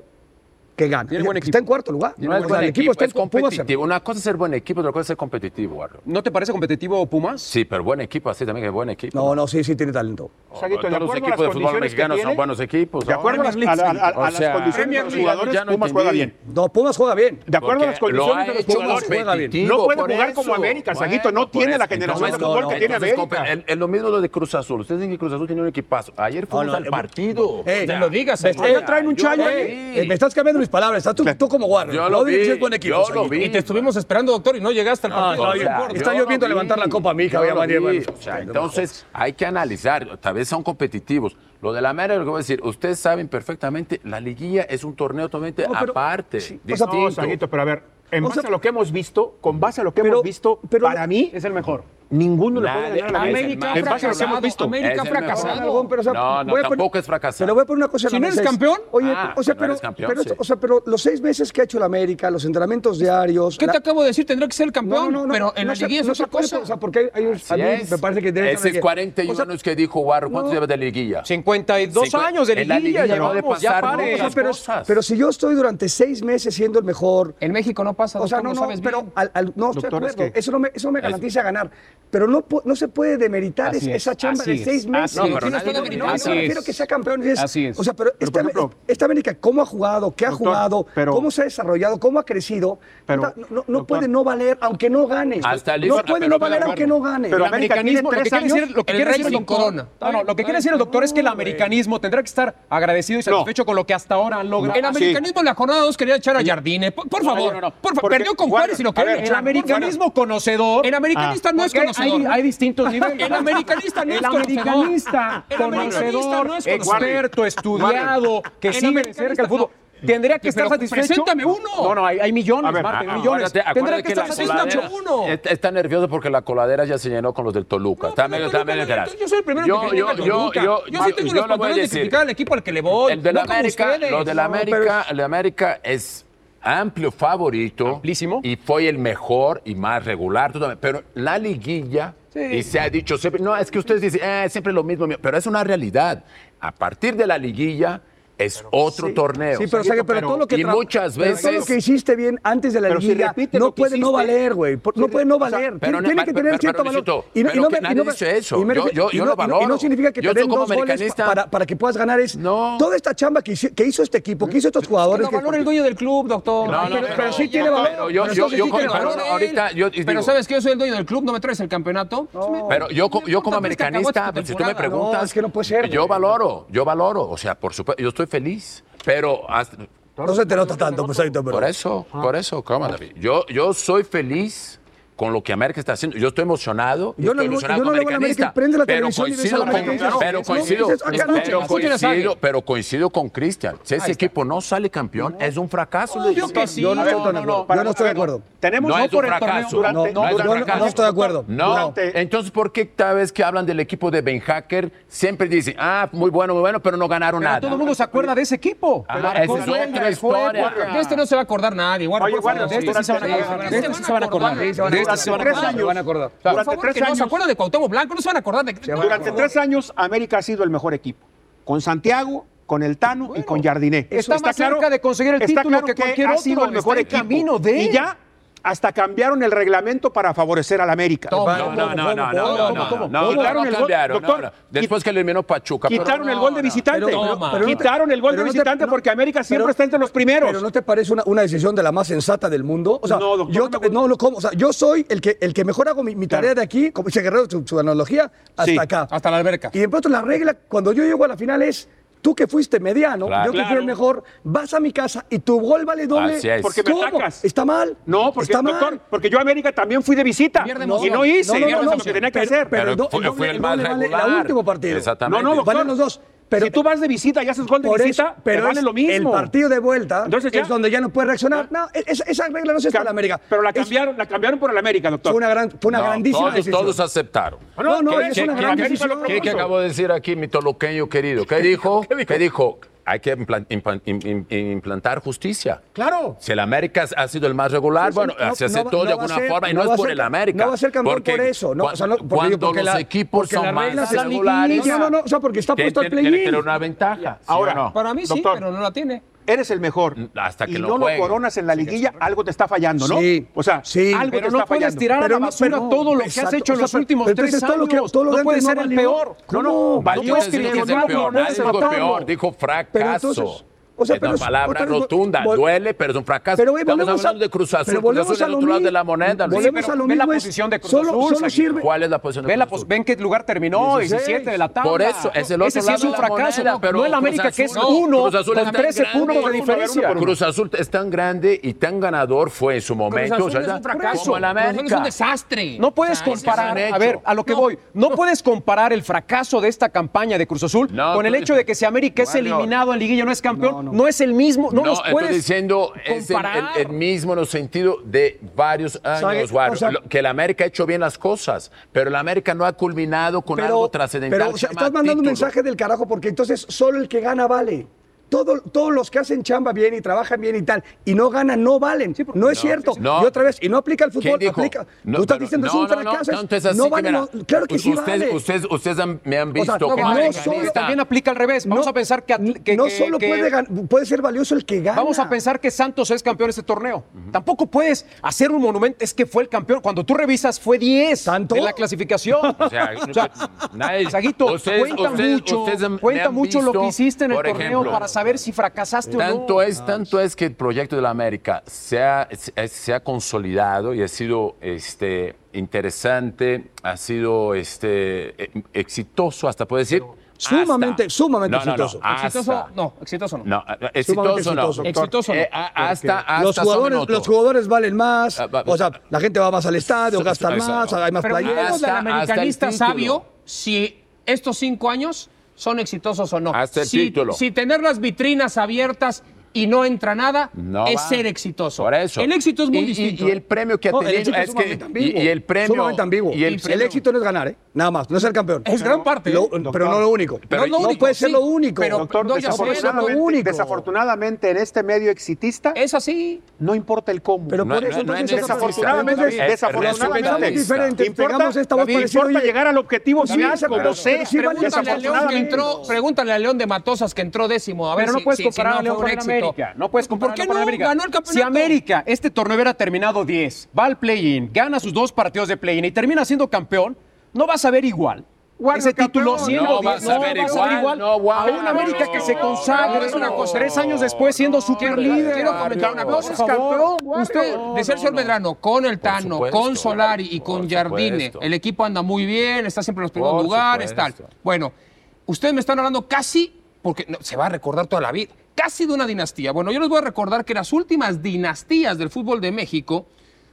B: que gana.
E: Tiene buen
B: Está
E: equipo.
B: en cuarto lugar.
D: No es
B: O sea,
D: buen
B: el equipo está en
D: es
B: con Pumas.
D: competitivo. Una cosa es ser buen equipo, otra cosa es ser competitivo, Warrior.
E: ¿No te parece competitivo Pumas?
D: Sí, pero buen equipo, así también que buen equipo.
B: No, no, sí, sí tiene talento.
G: Saguito, de
D: Todos los
G: acuerdo a
D: equipos
G: las
D: de fútbol
G: condiciones que
D: mexicano son
G: tiene,
D: buenos equipos.
G: De acuerdo a las, a la- a- a
D: O
G: las
D: sea,
G: condiciones de
D: Premier
G: los
D: League,
G: jugadores,
D: ya no
G: Pumas juega bien.
D: entendí.
B: No, Pumas juega bien.
G: De acuerdo a las
D: Porque
G: condiciones de
D: lo ha
G: los
D: hecho
G: jugadores,
B: juega bien.
D: competitivo,
G: No puede
D: por
G: jugar como
D: eso.
G: América, Saguito, no
D: por
G: tiene la
D: eso.
G: generación
D: Entonces,
G: de fútbol
D: no,
G: que tiene
D: entonces,
G: América.
D: compa- el- el- lo mismo lo de Cruz Azul. Ustedes dicen que Cruz Azul tiene un equipazo. Ayer fuimos
B: no,
D: al
B: eh,
D: partido.
B: eh,
D: O sea,
B: no lo
C: digas,
D: me-
C: señor.
D: eh,
B: Oye, traen un
D: yo
B: chayo,
D: lo
B: eh.
D: vi.
B: Eh, Me estás cambiando mis palabras. Estás tú, tú como guardia.
D: Yo lo
B: no dices
D: vi,
B: es buen equipo.
D: yo lo
B: Saguito.
D: vi.
C: Y te estuvimos esperando, doctor, y no llegaste al partido.
B: no,
C: No
B: yo-
C: importa.
B: está
D: yo
B: lloviendo
D: lo
B: a levantar
D: vi.
B: la copa, mija,
D: Yo
B: voy a
D: lo
B: María,
D: vi.
B: bueno.
D: O sea, entonces, hay que analizar. Tal vez son competitivos. Lo de la América, lo que voy a decir, ustedes saben perfectamente, la liguilla es un torneo totalmente
B: No, pero-
D: aparte,
B: sí, o sea,
D: distinto.
G: No, Saguito, pero a ver, en
B: O
G: base
B: sea,
G: a lo que hemos visto, con base a lo que
B: pero-
G: hemos visto,
B: pero-
G: para mí es el mejor. Ninguno le puede
D: Nadie-
G: ganar a la
D: América
G: América.
D: ha
G: En base a lo que hemos
C: fracasado,
G: visto.
C: América
D: Es
C: ha
D: el mejor.
C: fracasado.
B: pero, o sea,
D: No,
B: voy
D: no,
B: a poner-
D: tampoco es fracasar.
B: Te lo voy a poner una cosa en
C: Si
B: la
C: no eres
B: mesa, es-
C: campeón,
B: Oye,
D: ah,
B: o sea,
D: si no
B: pero,
D: eres campeón,
B: pero,
D: sí.
B: o sea, pero los seis meses que ha hecho el América, los entrenamientos diarios.
C: ¿Qué
B: la-
C: te acabo de decir? Tendrá que ser el
B: No,
C: campeón,
B: no, no,
C: pero en
B: no
C: la
B: se-
C: liguilla es
B: no se
C: otra
B: puede,
C: cosa.
B: O sea, pues, porque hay, hay un, a
D: Así
B: mí
D: es.
B: me parece que debe estar
D: Ese
B: aquí.
D: 41
B: O sea,
D: años que dijo Guarro, ¿cuánto
B: no.
D: lleva de liguilla?
E: 52
D: Cincu-
E: años de
D: en la
E: liguilla,
D: liguilla no
E: llevamos,
D: debe
E: ya
D: pasar
E: pare.
B: o sea,
D: muchas
B: pero,
D: cosas.
B: pero si yo estoy durante seis meses siendo el mejor.
C: En México no pasa,
B: O sea,
C: doctor,
B: no,
C: lo
B: no,
C: sabes
B: pero
C: bien.
B: al, al- no estoy de
E: Doctor, es
B: acuerdo.
E: que-
B: Eso no me, eso no me garantiza ganar. Pero no, po- no se puede demeritar
E: Así
B: es-
E: es,
B: esa chamba
E: así
B: de
E: es,
B: seis meses.
E: así
D: No,
E: es.
D: pero
B: no,
D: nadie
B: no,
D: lo
B: no,
E: merece.
B: me refiero que sea campeón. Es,
E: Así es.
B: O sea, pero,
E: Pero,
B: esta,
E: por ejemplo-
B: esta América, ¿cómo ha jugado? ¿Qué ha
E: Doctor,
B: jugado?
E: pero-
B: ¿Cómo se ha desarrollado? ¿Cómo ha crecido?
E: Pero,
B: Puta, no no- no
E: doctor-
B: puede no valer aunque no gane.
D: Hasta
B: no
D: Lisboa,
B: puede
D: pero
B: no
D: no
B: valer
D: de
B: aunque
D: acuerdo.
B: no gane.
E: Pero
B: La-
E: el americanismo, lo que quiere decir, lo que
C: el
E: quiere decir
C: rey
E: el
C: sin
E: doctor,
C: corona.
E: no, no, lo que quiere decir el doctor es que el americanismo tendrá que estar agradecido y satisfecho con lo que hasta ahora han logrado.
C: El americanismo en la jornada 2 quería echar a Jardine. Por, por favor,
E: no, no, no.
C: por fa-
E: Porque-
C: perdió con
E: Guarda,
C: Juárez y lo
E: a
C: querían
E: ver,
C: echar.
E: El americanismo conocedor.
C: El americanista no es
E: porque hay-
C: conocedor.
E: Hay, distintos niveles.
C: El americanista no
E: El
C: es conocedor.
E: americanista
C: El americanista
E: conocedor, Eh,
C: no es conocedor. eh,
E: experto, estudiado, que
C: El
E: sigue de
C: americanista
E: cerca el fútbol. Tendría que
C: Pero
E: estar satisfecho.
C: preséntame uno.
E: No, no, hay, hay millones,
G: ver,
E: Martín,
D: Ah,
E: millones.
D: acuérdate- acuérdate
E: Tendrá que, estar
D: la
E: satisfecho
D: coladera-
E: uno.
D: Está, está nervioso porque la coladera ya se llenó con los del Toluca. está medio, está medio
C: Yo-
D: atrás.
C: Yo soy el primero
D: Yo-
C: que critica al
D: yo- yo-
C: Toluca.
D: yo-
C: Yo sí tengo
D: yo
C: los
D: lo voy a
C: pantalones de
D: decir.
C: criticar al equipo al que le voy.
D: El de la
C: no como
D: América,
C: ustedes.
D: lo de la
B: No, pero
D: América,
B: es-
D: el de América es amplio favorito.
E: Amplísimo.
D: Y fue el mejor y más regular. tú también. Pero la liguilla, y se ha dicho siempre, no, es que ustedes dicen, "Eh, siempre lo mismo, mi-". pero es una realidad. A partir de la liguilla es otro torneo.
B: Sí, pero, o sea, que- pero todo lo que
D: y
B: tra-
D: muchas
B: pero todo lo
D: veces-
B: que hiciste bien antes de la
G: Pero si
B: liguilla
G: repite
B: no
G: lo que
B: puede no
G: hiciste-
B: valer, güey. Por- No puede no
G: o sea,
B: valer.
D: pero
B: tiene, tiene
D: no-
B: que
D: pero-
B: tener
D: pero-
B: cierto
D: pero,
B: valor.
D: Luisito,
B: Y no- y
D: pero
B: no
D: que
B: me- y
D: nadie
B: no me-
D: dice eso.
B: y me
D: Yo-
B: refiero-
D: yo-
B: y
D: yo
B: no-
D: lo
B: y no- Y no
D: valoro.
B: significa que
D: Yo
B: te den
D: como
B: dos goles
D: americanista-
B: para, para que puedas ganar es
D: No.
B: toda esta chamba que hizo, que hizo este equipo, que hizo estos jugadores.
C: Lo valora el dueño del club, doctor.
D: No, no,
B: pero- pero sí tiene valor.
D: Pero yo,
B: Pero
D: yo-
B: entonces
D: yo
B: sí
D: como-
B: tiene
D: pero
B: valor
D: no,
B: él.
D: ahorita, yo,
C: Pero
D: digo,
C: sabes que yo soy el dueño del club, no me traes el campeonato.
D: Pero yo, co-
C: No
D: yo
C: importa, pues,
D: como
C: que acabó
D: americanista,
C: esta
D: pues, si tú me
C: temporada.
D: preguntas,
B: No, es que no puede ser,
D: yo
B: güey.
D: valoro, yo valoro, o sea, por supuesto, yo estoy feliz, pero hasta-
B: No se te nota tanto, pues, ahorita, pero-
D: por eso, por eso, calma, David. Yo, yo soy feliz con lo que América está haciendo. Yo estoy emocionado.
B: Yo no
D: estoy
B: le-
D: emocionado
B: yo no
D: como
B: le voy a la
D: americanista,
B: América, prende la
D: pero
B: televisión y ves a
D: coincido
B: la
D: con-
B: América.
D: Pero
B: No,
D: coincido,
B: dices, ah, caray,
D: pero
C: escuchen a
D: coincido,
C: Sague.
D: pero coincido con Cristian. Si ese equipo no sale campeón, es un fracaso. le digo.
E: que sí.
B: Yo no
E: A ver,
B: estoy tan de acuerdo. Yo no estoy de acuerdo.
E: Tenemos
D: No
E: no
D: es un
E: por el torneo.
D: fracaso.
E: Durante,
B: No,
D: No, es un
B: yo no-
D: fracaso.
B: no estoy de acuerdo.
D: No,
G: Durante-
D: entonces, ¿por qué cada vez que hablan del equipo de Ben Hacker siempre dicen, ah, muy bueno, muy bueno, pero no ganaron
E: Pero
D: nada?
E: todo el mundo se acuerda de ese equipo.
D: Ajá, esa es
E: Consuela,
D: otra
E: el juego,
D: historia.
E: Guardiola.
C: De este no se va a acordar nadie, guarda.
G: Oye,
C: por
G: guarda,
C: favor.
G: de este sí se van a acordar.
C: Sí,
G: De
E: este sí se van a acordar.
C: Sí, se
E: De
C: van a
E: este sí se van a acordar.
C: acordar.
G: Se van a
C: acordar.
G: Durante
C: Por favor,
G: tres
C: que no se
G: años-
C: acuerdan de Cuauhtémoc Blanco, no se van a acordar de
B: Durante
C: Por
B: Por
F: Durante
C: favor.
B: favor.
F: tres años, América ha sido el mejor equipo. Con Santiago, con el Tano y con Jardiné.
E: Está más cerca de conseguir el
F: está
E: título
F: claro
E: que cualquier
F: ha
E: otro.
F: sido el
E: Está
F: mejor
E: en este
F: equipo.
E: camino de.
F: Y ya hasta cambiaron el reglamento para favorecer al América.
C: Toma.
D: No, no, no, no, no,
F: ¿Cómo,
D: no,
F: cómo,
D: no,
F: cómo?
D: no, no,
F: Quitaron
D: no
F: el gol,
D: cambiaron,
F: doctor.
D: no, no. Después que eliminó Pachuca. pero
F: Quitaron
D: no,
F: el gol de
D: no.
F: visitante.
C: Pero-
F: Pero-
C: Toma.
F: pero- quitaron el gol de
B: pero no te-
F: visitante
B: no-
F: porque América siempre
B: pero-
F: está entre los primeros.
B: Pero ¿no te parece una, una decisión de la más sensata del mundo? O sea,
F: No, doctor,
B: yo,
F: no me-
B: no, lo como, o sea, yo soy el que, el que mejor hago mi, mi tarea de aquí, como dice Guerrero, su, su analogía, hasta
F: Sí,
B: acá.
C: Hasta la alberca.
B: Y de pronto la regla, cuando yo llego a la final es, Tú que fuiste mediano,
D: Claro.
B: yo que fui
G: Claro.
B: el mejor, vas a mi casa y tu gol vale doble.
D: Así es.
G: Porque me
B: ¿Cómo?
G: atacas.
B: Está mal.
G: No, porque,
B: está mal.
G: doctor, porque yo a América también fui de visita y
C: Pierde emoción.
G: no hice
C: No, no,
G: digamos,
C: no,
G: lo que
C: no.
G: tenía que
B: Pero-
G: hacer.
B: pero
D: Pero
B: el do-
D: fue-
B: el doble-
D: fue el
B: el
D: más
B: doble vale
D: regular.
B: la último partido.
D: Exactamente.
G: No, no, doctor.
B: Valen los dos. Pero
G: si tú vas de visita y haces gol de
B: por eso-
G: visita, pero
B: pero
G: te vale
B: es
G: lo mismo.
B: el partido de vuelta
G: Entonces ya-
B: es donde ya no puedes reaccionar. No, es- esa, esa regla no se está en la América.
G: Pero la
B: Es-
G: cambiaron, la cambiaron por el América, doctor.
B: fue una, gran, fue una
D: No,
B: grandísima
D: todos,
B: decisión.
D: todos aceptaron.
B: no, no,
G: ¿Qué-
B: es
G: qué-
B: una
G: qué-
B: gran
G: qué-
B: decisión.
G: qué-
D: ¿Qué, qué acabo de decir aquí, mi toloqueño querido? ¿Qué dijo? ¿Qué dijo? Hay que implan- implan- im- im- im- implantar justicia.
G: Claro.
D: Si el América ha sido el más
B: Sí,
D: regular,
B: sí,
D: Ah, bueno,
B: no-
D: se
B: no va-
D: aceptó
B: no
D: de
B: va a
D: alguna
B: ser-
D: forma y
B: no
D: no,
B: va a
D: es por
B: ser-
D: el América.
B: no va a ser campeón
D: Porque
B: por eso, no,
D: cua-
B: o sea, no, porque
D: cuando
B: yo- porque
D: los
B: la-
D: equipos
B: porque la
D: son
B: regla
D: más
B: se
D: regulares,
B: liquida. No, no, no, o sea, porque está
D: tiene-
B: puesto al
D: tiene- Tiene que
B: play-in.
D: tener una ventaja. ¿sí
G: Ahora,
D: o no?
C: Para mí sí,
G: Doctor.
C: pero no la tiene.
G: Eres el mejor.
D: Mm, Hasta que
G: y
D: lo
G: no lo
D: jueguen.
G: coronas en la liguilla, algo te está fallando, ¿no?
B: Sí.
G: O sea,
B: Sí.
G: algo
E: Pero
G: te
E: no
G: está
E: puedes
G: fallando.
E: tirar a
B: Pero
E: la
B: no-
E: basura
B: pero-
E: todo lo que has
B: exacto,
E: hecho en
B: o sea,
E: los
B: pero
E: últimos
B: entonces
E: tres
B: todo lo que-
E: años.
B: todo lo de
E: No
B: antes
E: puede
B: no
E: ser el
B: valió.
E: peor. No, no,
B: ¿Cómo?
D: No
E: valió
D: puedes
E: es que
D: decir
E: le
D: que es el
E: ganaron,
D: peor,
E: no
D: nadie
E: puedes
D: dijo
E: matarlo.
D: peor, dijo
B: Pero
D: fracaso.
B: entonces, o sea,
D: es
B: pero
D: una
B: es-
D: palabra
B: otra vez,
D: rotunda,
B: vol-
D: duele, pero es un fracaso.
B: Pero, güey,
D: Estamos
B: volvemos a-
D: hablando de Cruz Azul,
B: pero
D: Cruz Azul
B: volvemos
D: es
B: a
D: el
B: lo
D: otro lado
B: mismo.
D: de la moneda. Luis.
B: Volvemos
E: Sí,
B: a
E: pero
B: lo
E: ve la
B: mismo. es-
E: posición de Cruz
B: solo,
E: Azul,
B: solo
E: Saguito.
B: sirve.
D: ¿Cuál es la posición de
E: Ve, la
D: Cruz
E: pos-
D: Azul?
E: ven qué lugar terminó,
B: 16.
E: 17 de la tabla.
D: Por eso, es el otro
E: Ese sí
D: lado
E: es un
D: de la
E: fracaso.
D: moneda,
E: no,
D: pero
E: no el
D: Cruz
E: América, que es
D: Azul- no,
E: uno,
D: Cruz Azul
E: con
D: está en
E: 13
D: grande.
E: puntos de diferencia.
D: Cruz Azul es tan grande y tan ganador fue en su momento.
C: Cruz Azul
D: o sea,
C: es un fracaso.
D: Como el
C: Cruz Azul es
D: América.
C: un desastre.
E: No puedes
C: O sea,
E: comparar,
D: han hecho.
E: a ver, a lo que
C: No.
E: voy, no puedes comparar el fracaso de esta campaña de Cruz Azul
D: No,
E: con el
D: tú
E: hecho
D: dices-
E: de que si América es
D: Warrior.
E: eliminado en liguilla no es campeón, no, es el mismo, no,
D: No,
E: los puedes
D: estoy diciendo es el,
E: comparar.
D: el- el mismo en el sentido de varios
B: Sague-
D: años,
B: o
D: Warrior.
B: sea-
D: Lo- que el América ha hecho bien las cosas, pero el América no ha culminado con algo trascendental.
B: Pero o
D: se
B: sea,
D: llama
B: estás mandando un
D: título.
B: mensaje del carajo porque entonces solo el que gana vale. Todo- todos los que hacen chamba bien y trabajan bien y tal y no ganan no valen. no es cierto.
D: sí, sí. No.
B: Y otra vez, y no aplica el fútbol,
D: ¿Quién dijo?
B: aplica.
D: No,
B: Tú estás
D: pero-
B: diciendo es
D: no,
B: un
D: no, no,
B: fracaso. es-
D: tanto es así
B: no
D: que
B: valen.
D: mira, pues
B: los- claro que sí
D: ustedes,
B: vale.
D: ustedes, ustedes han- me han
B: O sea,
D: visto
B: no,
D: como
B: no
D: americanista.
B: solo-
E: También aplica al revés. Vamos
B: No,
E: a pensar que, atl- que-
B: no
E: que-
B: solo
E: que-
B: puede, gan- puede ser valioso el que gana.
E: Vamos a pensar que Santos es campeón de este torneo. Tampoco puedes hacer un monumento, es que fue el campeón. Cuando tú revisas, fue 10
B: ¿Tanto?
E: de la clasificación.
D: O sea, nadie-
E: Saguito,
D: ustedes-
E: cuenta
D: ustedes-
E: mucho,
D: ustedes han- me
E: cuenta
D: han
E: mucho lo
D: visto,
E: que hiciste en el
D: por
E: torneo
D: ejemplo,
E: para saber si fracasaste o no.
D: Tanto es, tanto es que el proyecto de la América se ha, se- se ha consolidado y ha sido este, interesante, ha sido este, e- exitoso, hasta puedo decir.
B: Sumamente,
D: hasta.
B: sumamente
D: No, no, no,
B: exitoso.
D: hasta.
C: Exitoso, no, exitoso no.
D: No, eh, exitoso no.
B: exitoso,
C: Exitoso no.
D: Eh, a- hasta, hasta
B: los,
D: su
B: jugadores,
D: minuto.
B: los jugadores valen más.
D: Ah, va-
B: O sea, la gente va más al estadio,
D: So-
B: gasta
D: exacto.
B: más, hay más
C: Pero
B: playeras.
C: miremos del
D: Hasta-
C: americanista
D: hasta el título.
C: sabio si estos cinco años son exitosos o no.
D: Hasta el
C: si,
D: título.
C: Si tener las vitrinas abiertas y no entra nada
D: No
C: es
D: va.
C: ser exitoso.
D: Por eso.
C: El éxito es muy
D: Y- y-
C: distinto.
D: Y, el premio que ha
B: No, el
D: tenido
B: éxito es
D: es que.
B: sumamente
D: Y,
B: ambiguo.
D: y el premio.
B: Sumamente ambiguo.
D: Y el
B: El,
D: premio-
B: éxito no es ganar, ¿eh? Nada más, no es ser campeón.
C: Es gran parte, ¿eh?
B: Lo-
C: Doctor.
B: pero no lo único.
D: Pero-
B: no, lo
D: No,
B: único, puede ser
C: sí,
B: lo único.
C: pero-
G: Doctor,
C: No, ya sé,
G: desafortunadamente,
C: lo único.
G: desafortunadamente en este medio exitista
C: Es así.
G: no importa el cómo.
B: Pero
D: No,
B: por
D: no,
B: eso,
D: no,
B: entonces,
D: no,
G: desafortunadamente,
B: entonces,
D: es-
G: desafortunadamente
B: pensamos diferente, entregamos esta voz
G: David,
B: para decir,
G: importa
B: oye,
G: llegar al objetivo
B: sí,
G: final como
B: claro.
G: sea.
B: Pero sí vale
C: Pregúntale a León que
G: desafortunadamente.
C: entró, pregúntale a León de Matosas que entró décimo. A ver
E: Pero no
C: si-
E: puedes
C: si- si
E: comparar
C: no
E: a León
C: fue un
E: con el
C: éxito.
E: América. No puedes comparar
C: ¿Por qué
E: a León con
C: no?
E: el América.
C: Ganó el campeonato.
E: Si América este torneo hubiera terminado 10, va al play-in, gana sus dos partidos de play-in y termina siendo campeón, no vas a ver igual. Ese título siendo
D: No
E: 10,
D: vas a ver igual, no, guau,
E: a un América que se
D: no,
E: consagre
C: no, no,
E: tres años después siendo super líder.
C: Quiero comentar una cosa. Usted, decía el señor Medrano, con el Tano,
D: supuesto,
C: con Solari y
D: por
C: con Jardine,
D: supuesto.
C: el equipo anda muy bien, está siempre en los primeros
D: Por
C: lugares,
D: supuesto.
C: tal. Bueno, ustedes me están hablando casi, porque no, se va a recordar toda la vida, casi de una dinastía. Bueno, yo les voy a recordar que las últimas dinastías del fútbol de México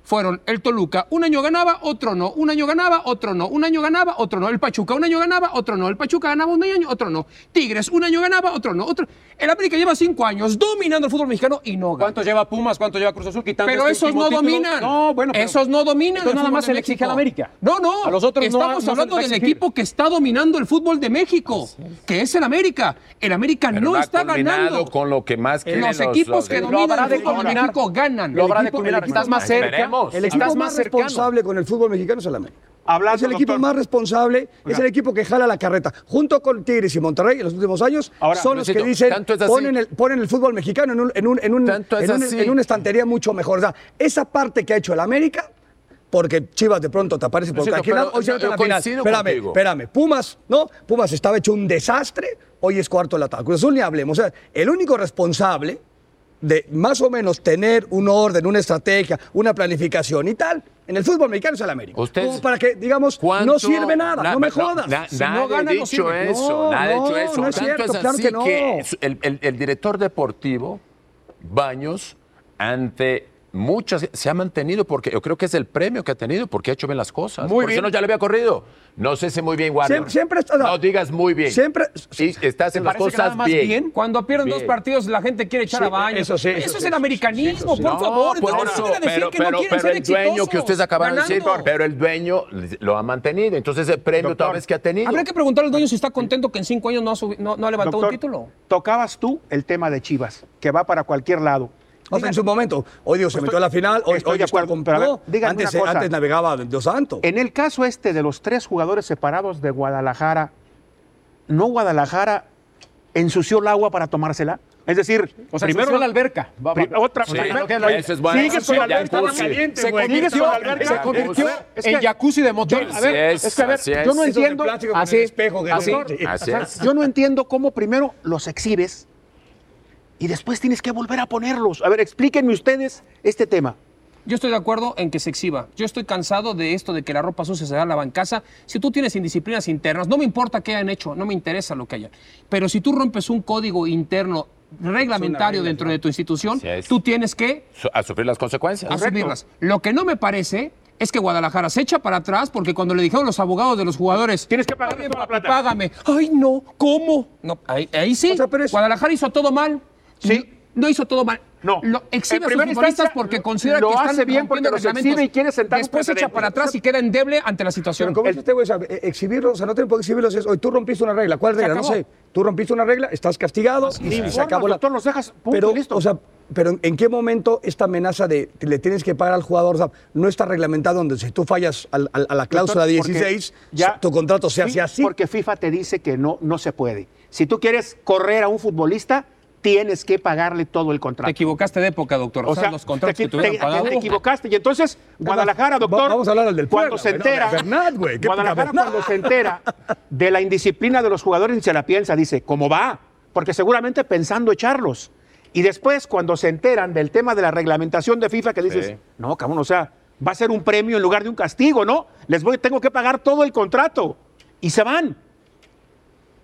C: fueron el Toluca, un año ganaba, otro no, un año ganaba, otro no, un año ganaba, otro no, el Pachuca, un año ganaba, otro no, el Pachuca ganaba un año, otro no, Tigres, un año ganaba, otro no, otro. El América lleva cinco años dominando el fútbol mexicano y no gana.
E: ¿Cuánto lleva Pumas? ¿Cuánto lleva Cruz Azul? Quitando
C: Pero
E: este
C: esos
E: último
C: no
E: título.
C: dominan.
E: No, bueno. pero-
C: esos no dominan.
E: Entonces
C: el
E: nada
C: fútbol
E: más
C: de
E: se le exige
C: México.
E: a la América.
C: No, no.
E: A los otros no- no
C: Estamos
E: se les
C: hablando
E: va a
C: del
E: exigir.
C: equipo que está dominando el fútbol de México, que es el América. El América
D: pero
C: no
D: ha
C: está
D: culminado
C: ganando.
D: con lo que más quieren
C: los equipos que
E: lo
C: dominan
E: habrá
C: el
E: de
C: fútbol de
E: culminar.
C: México ganan.
E: Lo habrá
B: equipo-
E: de
B: el
E: culminar.
B: equipo-
E: Estás más cerca.
D: Esperemos.
B: El equipo más,
E: Estás más cercano.
B: responsable con el fútbol mexicano es el América.
G: Hablando,
B: es el equipo
G: doctor.
B: más responsable, es el equipo que jala la carreta. Junto con Tigres y Monterrey en los últimos años,
G: Ahora,
B: son los que
D: Luisito,
B: dicen,
D: tanto es así.
B: ponen el, ponen el fútbol mexicano en, un- en un- en un-
D: Tanto es
B: en un-
D: así.
B: en una estantería mucho mejor. O sea, esa parte que ha hecho el América, porque Chivas de pronto te aparece por
D: Luisito,
B: cualquier lado,
D: pero
B: hoy se
D: yo-
B: mete en
D: yo
B: la final.
D: coincido
B: Espérame,
D: contigo.
B: espérame. Pumas, ¿no? Pumas estaba hecho un desastre, hoy es cuarto de la tabla. Cruz Azul ni hablemos. O sea, el único responsable de más o menos tener un orden, una estrategia, una planificación y tal. En el fútbol mexicano es el América.
D: Ustedes-
B: Como para que, digamos, no
D: ¿Cuánto?
B: sirve nada,
D: Na-
B: no me jodas.
D: na-
B: Si
D: nadie
B: no gana,
D: ha
B: no
D: dicho
B: sirve.
D: eso,
B: No,
D: nadie ha
B: no,
D: dicho eso.
B: No es
D: Tanto
B: cierto,
D: es
B: claro
D: así
B: que no.
D: es- el, el- el director deportivo, Baños, ante muchas, se ha mantenido porque yo creo que es el premio que ha tenido porque ha hecho bien las cosas.
E: Muy
D: Por si
E: bien.
D: no, ya le había corrido. No sé si muy bien, Warner.
B: Siempre- siempre estás-
D: No digas muy bien.
B: Siempre-
D: Y estás en las
E: parece que nada
D: cosas
E: más
D: bien.
E: bien?
C: Cuando pierden
D: Bien.
C: dos partidos, la gente quiere echar
B: Sí,
C: a baños.
B: eso sí, eso
C: Eso, es
B: sí,
C: el
B: eso sí,
C: americanismo,
B: eso sí.
C: por favor.
D: por
C: Entonces,
D: eso,
C: no vengan a decir
D: pero,
C: que
D: pero-
C: no quieren
D: pero
C: ser
D: el dueño que
C: exitosos,
D: ustedes acabaron de decir,
C: ganando.
D: pero el dueño lo ha mantenido. Entonces, el premio tal vez que ha tenido.
C: Habrá que preguntarle al dueño si está contento que en cinco años no ha, subi- no- no ha levantado
F: Doctor,
C: un título.
F: Tocabas tú el tema de Chivas, que va para cualquier lado.
B: O sea, en su momento, hoy Dios se
F: Estoy-
B: metió a la final, hoy,
F: estoy
B: hoy
F: de
B: está
F: acuerdo,
B: con-
F: pero a ver,
B: no,
F: díganme
B: antes,
F: una cosa.
B: antes navegaba Dios santo.
F: En el caso este de los tres jugadores separados de Guadalajara, ¿no Guadalajara ensució el agua para tomársela? Es decir,
E: O sea,
F: primero
E: primero la alberca. Va, va.
F: Pri- otra
D: Sí,
F: primero-
D: esa es buena.
F: Sigues con
D: Sí,
F: la
D: ya
F: alberca
D: jacuzzi.
F: caliente,
E: Se
F: güey.
E: convirtió-
F: Sigues con la alberca
E: se convirtió
F: caliente. Es que-
E: en jacuzzi de motel.
F: A ver,
D: Así es,
F: es que a ver,
D: así es.
F: yo no
D: Esos de
F: entiendo.
B: plástico con el espejo que
F: así,
B: tiene.
D: Así
F: o sea,
D: es.
F: Yo no entiendo cómo primero los exhibes y después tienes que volver a ponerlos. A ver, explíquenme ustedes este tema.
C: Yo estoy de acuerdo en que se exhiba. Yo estoy cansado de esto de que la ropa sucia se da en la bancaza. Si tú tienes indisciplinas internas, no me importa qué hayan hecho, no me interesa lo que hayan. Pero si tú rompes un código interno reglamentario dentro de tu institución,
D: Así es.
C: tú tienes que
D: So- a sufrir las consecuencias.
C: asumirlas. Lo que no me parece es que Guadalajara se echa para atrás porque cuando le dijeron los abogados de los jugadores,
F: Tienes que pagarme
C: "Está bien,
F: toda la
C: papi,
F: plata".
C: Págame. Ay, no, ¿cómo? No, ahí, ahí sí.
B: O sea, pero es-
C: Guadalajara hizo todo mal.
F: Sí.
C: No hizo todo mal.
F: No.
C: Lo exhibe
F: En
C: a sus
F: primera
C: futbolistas
F: instancia,
C: porque considera
F: lo
C: que están
F: hace bien porque
C: rompiendo
F: los exhibe
C: reglamentos.
F: y quiere sentar un
C: Después se echa
F: precedente.
C: para atrás y queda endeble ante la
B: Pero
C: situación.
B: ¿cómo dice este güey? O sea, eh, exhibirlos, o sea, no tienen por qué exhibirlos. Es, hoy tú rompiste una regla. ¿Cuál regla? No
C: acabó.
B: sé. Tú rompiste una regla, estás castigado y se
F: Informas,
B: acabó la...
F: doctor, los dejas, punto,
B: pero,
F: y listo.
B: O sea, pero ¿en qué momento esta amenaza de que le tienes que pagar al jugador o sea, no está reglamentada donde si tú fallas al- al- a la cláusula
F: Doctor, porque
B: 16,
F: ya-
B: tu contrato se
F: Sí,
B: hace así?
F: Porque FIFA te dice que no, no se puede. Si tú quieres correr a un futbolista, tienes que pagarle todo el
C: Te
F: contrato.
C: equivocaste de época, doctor. O sea, los contratos
F: te,
C: que te hubieran
F: te-
C: pagado.
F: te equivocaste. Y entonces, Guadalajara, doctor.
B: va- vamos a hablar al del
F: Cuando
B: Puebla,
F: se
B: güey, no, de
F: entera.
B: Bernat, güey, qué
F: Guadalajara,
B: poca-
F: cuando se entera de la indisciplina de los jugadores, ni se la piensa. Dice, ¿cómo va? Porque seguramente pensando echarlos. Y después, cuando se enteran del tema de la reglamentación de FIFA, que dices,
D: Sí.
F: no, cabrón, o sea, va a ser un premio en lugar de un castigo, ¿no? Les voy, tengo que pagar todo el contrato. Y se van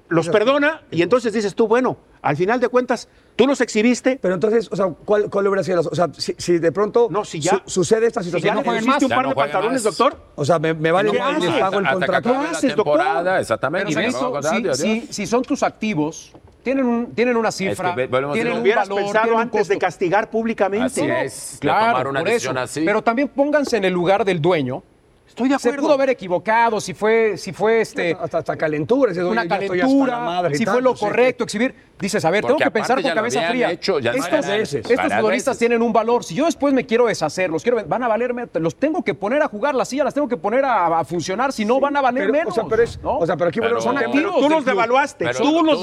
F: los perdona y entonces dices tú, bueno, al final de cuentas, tú los exhibiste.
B: Pero entonces, o sea, ¿cuál, cuál hubiera sido la... O sea, si, si de pronto
F: No, si ya-
B: su- sucede esta
F: Si ya
B: situación...
F: le
C: no jueguen
F: pusiste un
D: más. Ya
F: par
D: no
F: de
D: jueguen
F: pantalones,
D: más.
F: doctor.
B: o sea, me, me vale...
F: No
B: les
F: jueguen más.
B: pago el
D: Hasta que
B: contrato. Ah,
D: acabe
F: ¿Qué
D: la
F: haces, doctor?
D: temporada,
E: Pero
D: exactamente.
E: se
D: que
E: hizo-
D: no hagas
E: si,
D: daño,
E: si-
D: adiós.
E: si son tus activos, tienen, un- tienen una cifra,
D: ve- volvemos a
E: tienen
D: lo
E: un
F: Hubieras
E: valor, tienen
F: pensado
E: un
F: antes de
E: costo.
F: castigar públicamente.
D: Así
F: No,
D: es, de
E: Claro,
D: tomar una
E: por
D: decisión
E: eso.
D: así.
E: Pero también pónganse en el lugar del dueño.
F: Estoy de
E: Se
F: acuerdo.
E: pudo haber equivocado, si fue, si fue este,
B: Hasta, hasta calentura. dices,
E: una
B: oye, ya estoy hasta la
E: calentura,
B: madre y
E: si fue
B: tal,
E: lo
B: no sé qué.
E: correcto, exhibir. Dices, a ver,
D: Porque
E: tengo que
D: aparte
E: pensar
D: ya
E: con
D: lo
E: cabeza
D: habían
E: fría.
D: hecho ya
E: estos
D: varias
B: veces.
E: estos
D: Varias
E: futbolistas
D: veces.
E: tienen un valor. Si yo después me quiero deshacer, los quiero, van a valerme, los tengo que poner a jugar, las sillas las tengo que poner a, a funcionar, si no van a valer
B: Pero,
E: menos.
B: O sea, pero, es-
E: ¿no?
B: o sea, pero aquí
D: Pero-
B: volvemos a un
D: Son
B: tema.
D: activos.
F: tú
E: del
F: los
E: club.
F: devaluaste.
D: Pero
F: tú los
D: tú-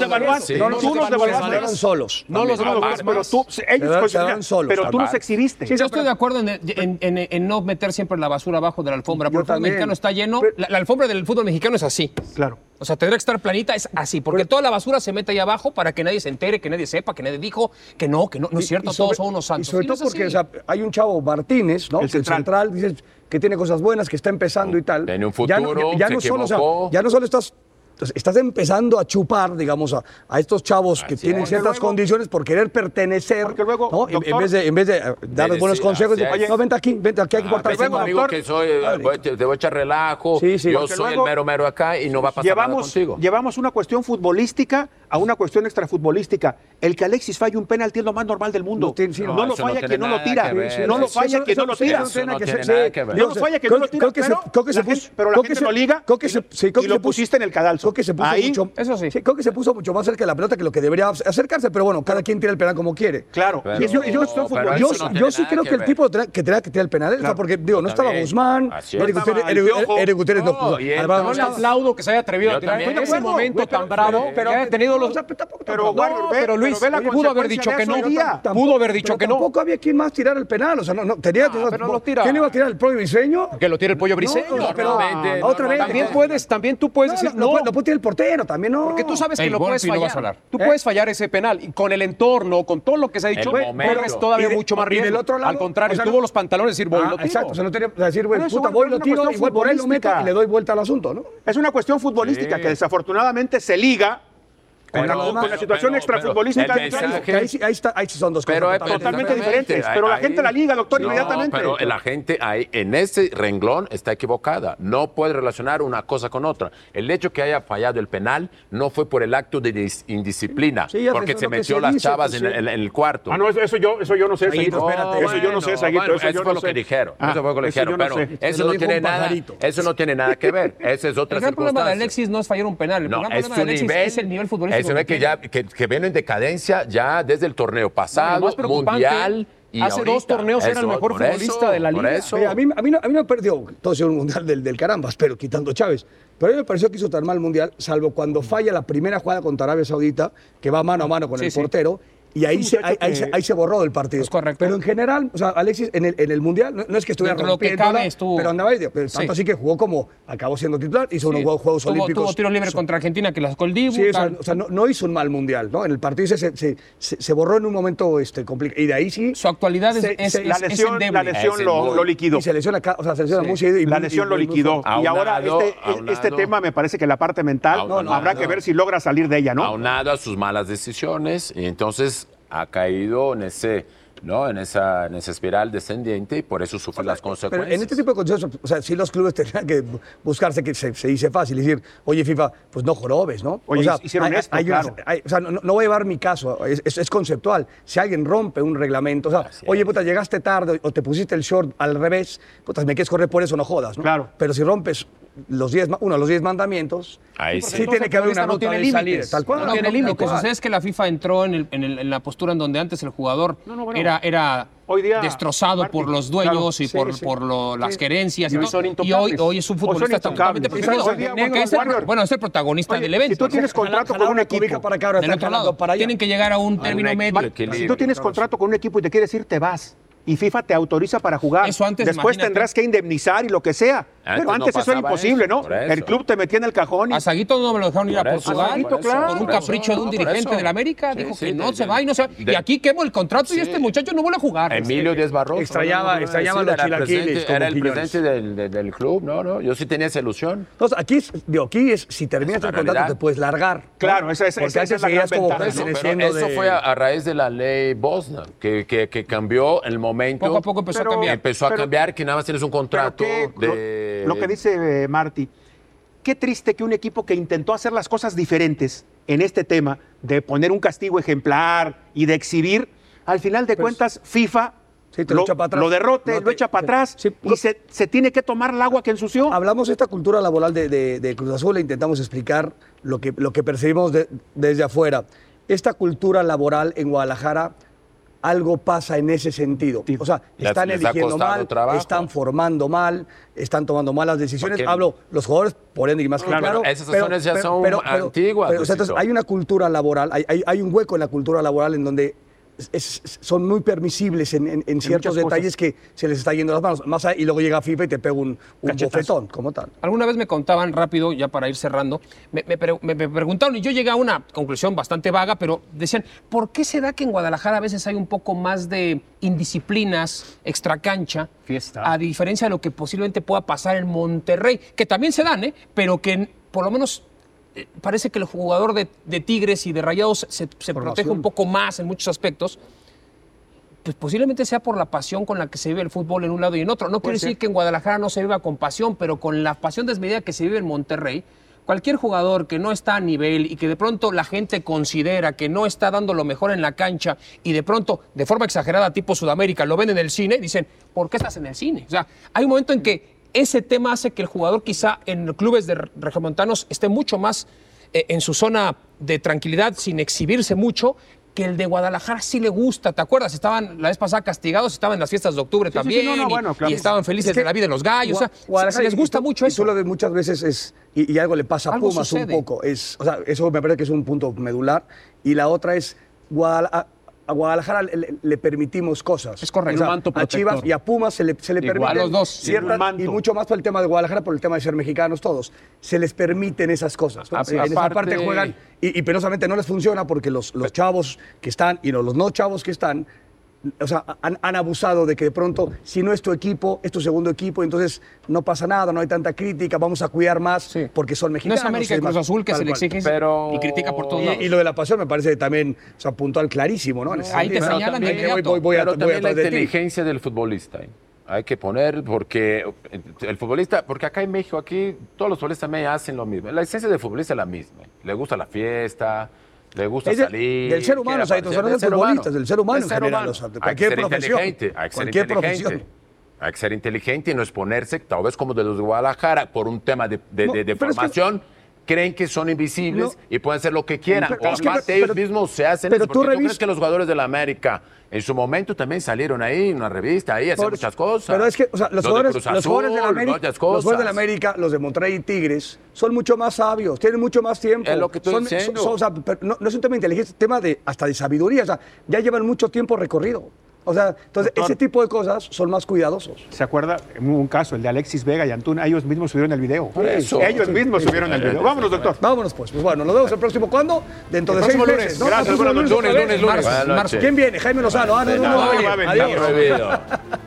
D: sí.
F: devaluaste.
B: No, no,
F: tú los
B: no,
F: devaluaste.
B: no, no, solos.
F: No los
D: También.
F: devaluaste,
D: Además,
F: pero tú, ellos
B: quedaron
F: consideran-
B: solos,
F: Pero tú
B: además.
F: los exhibiste.
B: Sí,
C: Yo estoy de acuerdo en, en- en- en no meter siempre la basura abajo de la alfombra,
B: Yo
C: porque el fútbol
B: también.
C: mexicano está lleno.
B: Pero-
C: la, la alfombra del fútbol mexicano es así.
F: Claro.
C: O sea, tendría que estar planita, es así, porque toda la basura se mete ahí abajo para que nadie se entere, que nadie sepa, que nadie dijo, que no, que no, no es cierto,
B: sobre-
C: todos son unos santos.
B: Y sobre
C: Y no
B: todo
C: es
B: porque o
C: así.
B: sea, hay un chavo Martínez, ¿no?
F: El
B: Que El
F: central.
B: central, dices, que tiene cosas buenas, que está empezando y tal.
D: Tiene un
B: Ya no-
D: futuro,
B: ya, ya
D: se
B: no solo, o sea,
D: equivocó.
B: ya no solo estás. entonces, Estás empezando a chupar, digamos, a, a estos chavos que
D: Así
B: tienen
D: es.
B: ciertas
F: Porque luego-
B: condiciones por querer pertenecer.
F: Porque luego,
B: ¿no? En- en,
F: doctor-
B: vez de, en vez de eh, dar
D: decir,
B: buenos consejos,
D: así
B: de,
D: es.
B: no, vente aquí, vente aquí, hay que
D: Ah,
B: cortar
D: ves,
B: este
D: amigo,
B: doctor.
D: que soy, eh,
B: Dale.
D: voy- te, te voy a echar relajo,
B: Sí, sí.
D: yo
B: Porque
D: soy
F: luego-
D: el mero mero acá y no va a pasar nada
F: Llevamos,
D: contigo.
F: llevamos una cuestión futbolística a una cuestión extrafutbolística. El que Alexis falle un penalti es lo más normal del mundo.
B: No tiene- sí,
F: no,
B: no,
F: lo
D: eso no
F: falla
D: tiene
F: quien no lo
D: nada
F: tira.
D: que ver.
F: No lo
D: Eso-
F: falla quien no lo tira.
D: eso no
B: que
D: tiene
B: se-
D: nada que ver.
B: sí,
F: No lo falla que no lo tira,
B: Creo que se,
F: pero
B: creo que se
F: la
B: puso.
F: gente- pero la
B: creo
F: gente
B: se-
F: lo liga
B: Creo que
F: y
B: se,
F: lo-
B: sí, creo
F: y
B: que
F: lo
B: se puso-
F: pusiste en el cadalso.
B: Creo que se puso
F: Ahí,
B: mucho.
C: eso sí.
B: Creo que se puso mucho más cerca de la pelota que lo que debería acercarse, pero bueno, cada quien tira el penal como quiere.
F: Claro.
D: Pero-
B: Y yo, yo,
D: no,
B: estoy
D: pero
B: futbol-
D: eso
B: yo-
D: no tiene
B: yo sí
D: nada
B: creo
D: que
B: que el
D: ver.
B: tipo tra- que tenía que tirar el penal, era porque digo, no
D: Está
B: estaba
D: bien.
B: Guzmán,
D: Así es.
B: Eric Gutiérrez-
F: Estaba el
B: Eric-
F: Piojo.
B: Eric Gutiérrez no
D: No,
B: jugó.
D: y él
B: Alvarado
E: Yo le
B: no estaba.
E: aplaudo que se haya atrevido
D: Yo
E: a tirar
D: también.
E: en ese
D: Bueno,
E: momento
B: güey, pero-
E: tan bravo,
B: pero-
E: que haya tenido
B: o
E: los...
B: sea, tampoco-
F: pero
B: tampoco-
F: Warner, ve-
E: pero Luis,
F: pero ve la
E: oye, pudo haber dicho
F: consecuencia
E: que
F: de
E: no,
F: eso hoy día.
E: pudo haber dicho
B: pero
E: que no,
B: Tampoco había quien más tirar el penal, o sea, no, no tenía
E: Ah, pero no tira.
B: ¿Quién iba a tirar el Pro Briseño?
E: que lo tire el pollo
B: No,
E: briseño.
B: pero-
D: Normalmente,
B: otra vez.
D: normalmente.
E: También puedes, también tú puedes
B: No,
E: decir,
B: lo- lo
E: no,
B: puede- lo puede tirar el portero también, ¿no? ¿Eh?
E: Porque tú sabes que
C: El
E: lo puedes
C: golpe no
E: fallar.
C: vas a hablar.
E: Tú puedes fallar ese penal. Y con el entorno, con todo lo que se ha dicho,
D: El momento.
E: corres todavía
B: Y de-
E: mucho más
B: y del
E: riesgo.
B: otro lado,
E: Al contrario,
B: o sea,
E: tuvo
B: no-
E: los pantalones y decir, voy,
B: Ah,
E: lo tiro.
B: Exacto, o sea, no tenía para decir, güey,
G: Por eso,
B: puta,
G: bueno,
B: voy,
G: es
B: lo
G: una
B: tiro y
G: cuestión
B: voy por él, lo meto
G: futbolística.
B: y le doy vuelta al asunto, ¿no?
G: Es una cuestión futbolística
D: Sí.
G: que desafortunadamente se liga con,
D: Pero-
G: la, con la
D: pero-
G: situación
D: pero-
G: extrafutbolística.
D: pero-
G: del
D: el
G: país.
D: mensaje-
B: Que ahí, sí- ahí está, ahí sí son dos
D: Pero
B: cosas
D: es
G: totalmente diferentes, pero la gente la liga, doctor, inmediatamente.
D: Pero la gente ahí, en ese renglón está equivocada. No puede relacionar una cosa con otra. El hecho que haya fallado el penal no fue por el acto de dis- indisciplina,
B: Sí, ya,
D: porque
B: eso es
D: se
B: lo que
D: metió
B: se
D: las
B: dice,
D: chavas
B: pues,
D: en,
B: sí.
D: el- en el cuarto. "Oh,
G: Ah, no, eso, eso yo, eso yo no sé, Saguito.
B: Saguito, espérate.
G: Eso yo no sé, Saguito.
D: bueno,
G: eso yo
D: fue
G: no
D: lo
G: sé.
D: que dijeron.
G: Ah,
D: eso fue lo que
G: eso
D: dijeron.
G: yo no
D: pero
G: sé.
D: eso
B: lo
D: no,
B: dijo
D: tiene
B: un
D: nada,
B: pajarito.
D: eso no tiene nada que ver. Esa es otra
C: El gran problema de
D: circunstancia.
C: Alexis no es fallar un penal. El
D: No,
C: gran
D: es
C: problema
D: su
C: de Alexis
D: nivel.
C: es el nivel futbolístico.
D: Es un nivel que, ya, que, que viene en decadencia ya desde el torneo pasado,
E: más preocupante,
D: mundial. Y
E: hace
D: ahorita.
E: dos torneos era el mejor
D: por eso,
E: futbolista de la
D: por
E: liga.
D: eso.
B: Mira, a, mí, a, mí no, a mí no me perdió todo sido un mundial del, del carambas, pero quitando Chávez. Pero a mí me pareció que hizo tan mal el mundial, salvo cuando falla la primera jugada contra Arabia Saudita, que va mano a mano con
C: Sí,
B: el
C: sí.
B: portero, y ahí
G: un
B: se, ahí,
G: muchacho
B: ahí
G: que-
B: se, ahí se borró del partido.
C: Es correcto.
B: Pero en general, o sea, Alexis, en el, en el mundial, no, no es que estuviera
C: Dentro de lo que
B: rompiéndola,
C: cabe, estuvo-
B: pero andaba ahí, pero
C: Sí.
B: tanto así que jugó como acabó siendo titular, hizo unos Juegos, Juegos
C: tuvo,
B: Olímpicos.
C: tuvo tiro libre
B: su-
C: contra Argentina que la sacó el Dibu.
B: Sí, o sea,
C: tal.
B: o sea, no, no hizo un mal mundial, ¿no? En el partido ese se, se, se- se borró en un momento este, complicado. Y de ahí sí.
C: Su actualidad es-
B: se-
C: es-
B: se-
G: La
C: es- es
G: lesión,
C: endeble.
G: la lesión
D: Es
G: lo,
D: endeble.
G: lo liquidó.
B: y se lesiona, ca- o sea, se lesiona muy seguido y
G: La
B: muy-
G: lesión
B: y
G: lo
B: muy- muy
G: liquidó.
B: fuerte.
D: fuerte.
G: Y ahora
D: Aunado,
G: este, este
D: aunado.
G: tema me parece que la parte mental
D: Aunado.
G: habrá que ver si logra salir de ella, ¿no?
D: aunado a sus malas decisiones y entonces ha caído en ese no en esa en esa espiral descendiente y por eso sufre las
B: Pero
D: consecuencias
B: en este tipo de condiciones, o sea, sí los clubes tendrían que bu- buscarse que se, se dice fácil, decir, oye FIFA, pues no jorobes, ¿no?
G: Oye,
B: o sea,
G: hicieron
B: hay-
G: esto,
B: hay unas-
G: claro.
B: hay- o sea, no, no voy a llevar mi caso, es, es- es conceptual. Si alguien rompe un reglamento, o sea, oye, puta, llegaste tarde o te pusiste el short al revés, puta, si me quieres correr por eso, no jodas, ¿no?
G: Claro.
B: Pero si rompes los 10, ma- uno, de los 10 mandamientos,
C: Ah,
D: Ahí
B: sí,
D: sí.
B: tiene que haber una
E: no
B: nota
E: tiene
B: de salida,
E: límites.
B: Tal cual.
C: No, tiene límite. Lo que
B: tal cual.
C: sucede es que la FIFA entró en, el- en el- en la postura en donde antes el jugador
G: bueno.
C: era, era
G: Hoy día,
C: destrozado
G: Martín,
C: por los dueños
G: claro,
C: y
G: sí,
C: por,
G: sí.
C: por lo- las querencias.
E: Y
C: Y,
E: hoy
C: todo.
E: son
C: Y hoy,
E: intocables.
C: hoy es un
G: Hoy son
C: futbolista
G: intocables.
C: totalmente protegido.
G: Hoy día,
C: Porque este
G: bueno,
C: es el-
G: Warrior.
C: bueno, es el protagonista
G: Oye,
C: del
G: si
C: evento.
G: tú tienes contrato
B: Ojalá
G: con un
B: una cobija
G: equipo.
B: para acá, ahora
C: del
B: está
C: otro
B: jalando
C: lado,
B: para allá.
C: tienen que llegar a un término
D: equi-
C: medio.
D: equilibrio.
G: Si tú tienes contrato con un equipo y te quieres ir, te vas. Y FIFA te autoriza para jugar.
C: Eso antes,
G: Después
C: imagínate.
G: tendrás que indemnizar y lo que sea. Pero
D: Antes no
G: antes eso era
D: pasaba
G: imposible,
D: eso,
G: ¿no?
D: por eso.
G: El club te metía en el cajón y
C: A Saguito no me lo dejaron ir a
D: Por eso,
C: Portugal
G: Saguito, claro.
C: por un
D: Por eso,
C: capricho de un
D: no, por
C: dirigente
D: eso.
C: de la América.
D: Sí,
C: dijo
D: sí,
C: que no
D: de-
C: se va y no se va.
D: de-
C: y aquí quemo el contrato y
D: Sí.
C: este muchacho no vuelve a jugar.
D: Emilio Díaz Barroso.
B: Extrañaba- extrañaba
D: era
B: los
D: el
B: chilaquiles
D: presidente-
B: como
D: Era el
B: Quiñones.
D: presidente del, del- del club, no, no. Yo sí tenía esa ilusión.
B: Entonces, aquí es, digo, aquí es si terminas
D: Es
B: el
D: una
B: contrato,
D: realidad.
B: te puedes largar. ¿no?
G: Claro, esa es-
B: Porque
G: esa- esa
B: antes
G: es la
B: seguías
G: gran
B: como
G: ventaja,
D: No, pero
B: perteneciendo
D: eso
B: de-
D: fue a, a raíz de la ley Bosna, que, que- que cambió el momento.
C: Poco a poco empezó
G: Pero-
C: a cambiar.
D: Empezó a
G: Pero-
D: cambiar que nada más tienes un
G: Pero
D: contrato
G: qué- lo-
D: de.
G: lo, que dice eh, Marty, qué triste que un equipo que intentó hacer las cosas diferentes en este tema, de poner un castigo ejemplar y de exhibir, al final de cuentas FIFA
B: Pues, Sí, te lo
G: lo,
B: echa para atrás.
G: lo derrote,
B: No
G: lo
B: te-
G: echa para
B: sí.
G: atrás
B: Sí,
G: y
B: lo-
G: se, se tiene que tomar el agua que ensució.
B: Hablamos de esta cultura laboral de, de- de Cruz Azul e intentamos explicar lo que, lo que percibimos de- desde afuera. Esta cultura laboral en Guadalajara, algo pasa en ese sentido. O sea,
D: Les-
B: están
D: les ha
B: eligiendo
D: costado
B: mal,
D: trabajo.
B: están formando mal, están tomando malas decisiones.
D: Porque-
B: Hablo, los jugadores, por ende, y más que
D: Claro,
B: claro.
D: pero esas acciones ya son antiguas,
B: pero, o sea, entonces,
D: Luisito.
B: hay una cultura laboral, hay, hay- hay un hueco en la cultura laboral en donde es- es- son muy permisibles en, en- en ciertos
G: muchas cosas.
B: detalles que se les está yendo las manos. Más allá- y luego llega FIFA y te pega un, un
G: Cachetazo.
B: bofetón, como tal.
C: Alguna vez me contaban rápido, ya para ir cerrando, me, me pre- me- me preguntaron y yo llegué a una conclusión bastante vaga, pero decían, ¿por qué se da que en Guadalajara a veces hay un poco más de indisciplinas, extracancha,
E: Fiesta.
C: a diferencia de lo que posiblemente pueda pasar en Monterrey, que también se dan, ¿eh? pero que en- por lo menos eh, parece que el jugador de, de Tigres y de Rayados se, se protege un poco más en muchos aspectos? Pues posiblemente sea por la pasión con la que se vive el fútbol en un lado y en otro. No quiero decir que en Guadalajara no se viva con pasión, pero con la pasión desmedida que se vive en Monterrey, cualquier jugador que no está a nivel y que de pronto la gente considera que no está dando lo mejor en la cancha y de pronto, de forma exagerada, tipo Sudamérica, lo ven en el cine, dicen, ¿por qué estás en el cine? O sea, hay un momento en que ese tema hace que el jugador quizá en clubes de regiomontanos esté mucho más eh, en su zona de tranquilidad, sin exhibirse mucho, que el de Guadalajara sí le gusta. ¿Te acuerdas? Estaban la vez pasada castigados, estaban en las fiestas de octubre
G: sí,
C: también.
G: sí, no, no,
C: y,
G: bueno, claro.
C: y estaban felices de la vida de los
B: Gua-
C: gallos. o sea, se- se
B: Guadalajara,
C: les gusta
B: y tú-
C: mucho
B: y Tú
C: eso.
B: lo ves muchas veces es, y, y algo le pasa a
C: Algo
B: Pumas un
C: sucede.
B: poco. Es, o sea, eso me parece que es un punto medular. Y la otra es, Guadala- a Guadalajara le, le permitimos cosas.
C: Es correcto.
B: O sea,
E: Un manto
B: a Chivas
E: protector.
B: y a Pumas se le, se le
C: Igual,
B: permite.
C: a los dos.
B: ciertas-
G: Un manto.
B: y mucho más por el tema de Guadalajara, por el tema de ser mexicanos todos. Se les permiten esas cosas. ¿no?
C: A-
B: en esa parte
C: aparte-
B: juegan y, y penosamente no les funciona porque los, los chavos que están y no, los no chavos que están, o sea, han, han abusado de que de pronto, si no es tu equipo, es tu segundo equipo, entonces no pasa nada, no hay tanta crítica, vamos a cuidar más
C: Sí.
B: porque son
C: No
B: mexicanos.
C: es América
B: y
C: y Cruz
B: demás.
C: Azul que
B: Tal
C: se le
B: cual.
C: exige
H: Pero-
C: y critica por todos
B: Y-
C: lados.
B: Y, lo de la pasión me parece también o sea, puntual clarísimo, ¿no? En ese
C: Ahí te
B: sentido.
C: señalan de
B: También que voy,
C: inmediato.
B: voy, voy a,
D: pero
B: voy
D: también la
B: atrás de ti.
D: inteligencia del futbolista. ¿eh? Hay que poner, porque el futbolista, porque acá en México, aquí todos los futbolistas también hacen lo mismo. La esencia del futbolista es la misma. ¿eh? Le gusta la fiesta, le gusta
B: Es de-
D: salir.
B: del ser humano,
D: quiere
B: Saito, o sea, no
D: aparecer,
B: del futbolista, del ser humano en general, o sea, de
D: hay que
B: cualquier
D: ser
B: profesión,
D: inteligente, hay que ser
B: cualquier
D: inteligente.
B: profesión.
D: Hay que ser inteligente y no exponerse, tal vez como de los de Guadalajara, por un tema de, de-
B: No,
D: de- de
B: pero es que-
D: formación. Creen que son invisibles
B: No.
D: y pueden hacer lo que quieran.
B: Pero es que-
D: Aparte,
B: pero-
D: ellos mismos se hacen
B: pero
D: eso,
B: tú
D: porque crees
B: revis-
D: que los jugadores de la América en su momento también salieron ahí en una revista, ahí hacían
B: Por-
D: muchas cosas.
B: Pero es que, o sea, los,
D: Lo de
B: jugadores,
D: Cruz
B: los jugadores de la
D: Azul,
B: América,
D: muchas
B: los jugadores de la
D: cosas.
B: América, los de Monterrey y Tigres, son mucho más sabios, tienen mucho más tiempo.
D: Es lo que estoy
B: Son-
D: diciendo.
B: son- o sea, pero no, no es un tema de inteligencia, es un tema de hasta de sabiduría. O sea, ya llevan mucho tiempo recorrido. O sea, entonces
F: Doctor.
B: ese tipo de cosas son más cuidadosos.
F: ¿Se acuerda? Hubo un caso, el de Alexis Vega y Antuna. Ellos mismos subieron el video.
D: eso.
F: Ellos mismos subieron el video. Vámonos, doctor.
B: Vámonos pues. Pues bueno, nos vemos el próximo cuándo? Dentro de
F: El
B: seis
F: próximo
B: meses.
F: lunes.
B: ¿no?
F: Gracias,
B: El próximo
F: buenas
B: lunes,
F: noches.
B: otra vez.
C: Lunes, lunes,
D: Buenas
C: marzo,
D: noches.
C: marzo.
B: ¿Quién viene? Jaime Lozano. Ah, no, no, no,
F: nada,
B: oye,
F: no va a venir.
B: adiós.
D: Prohibido.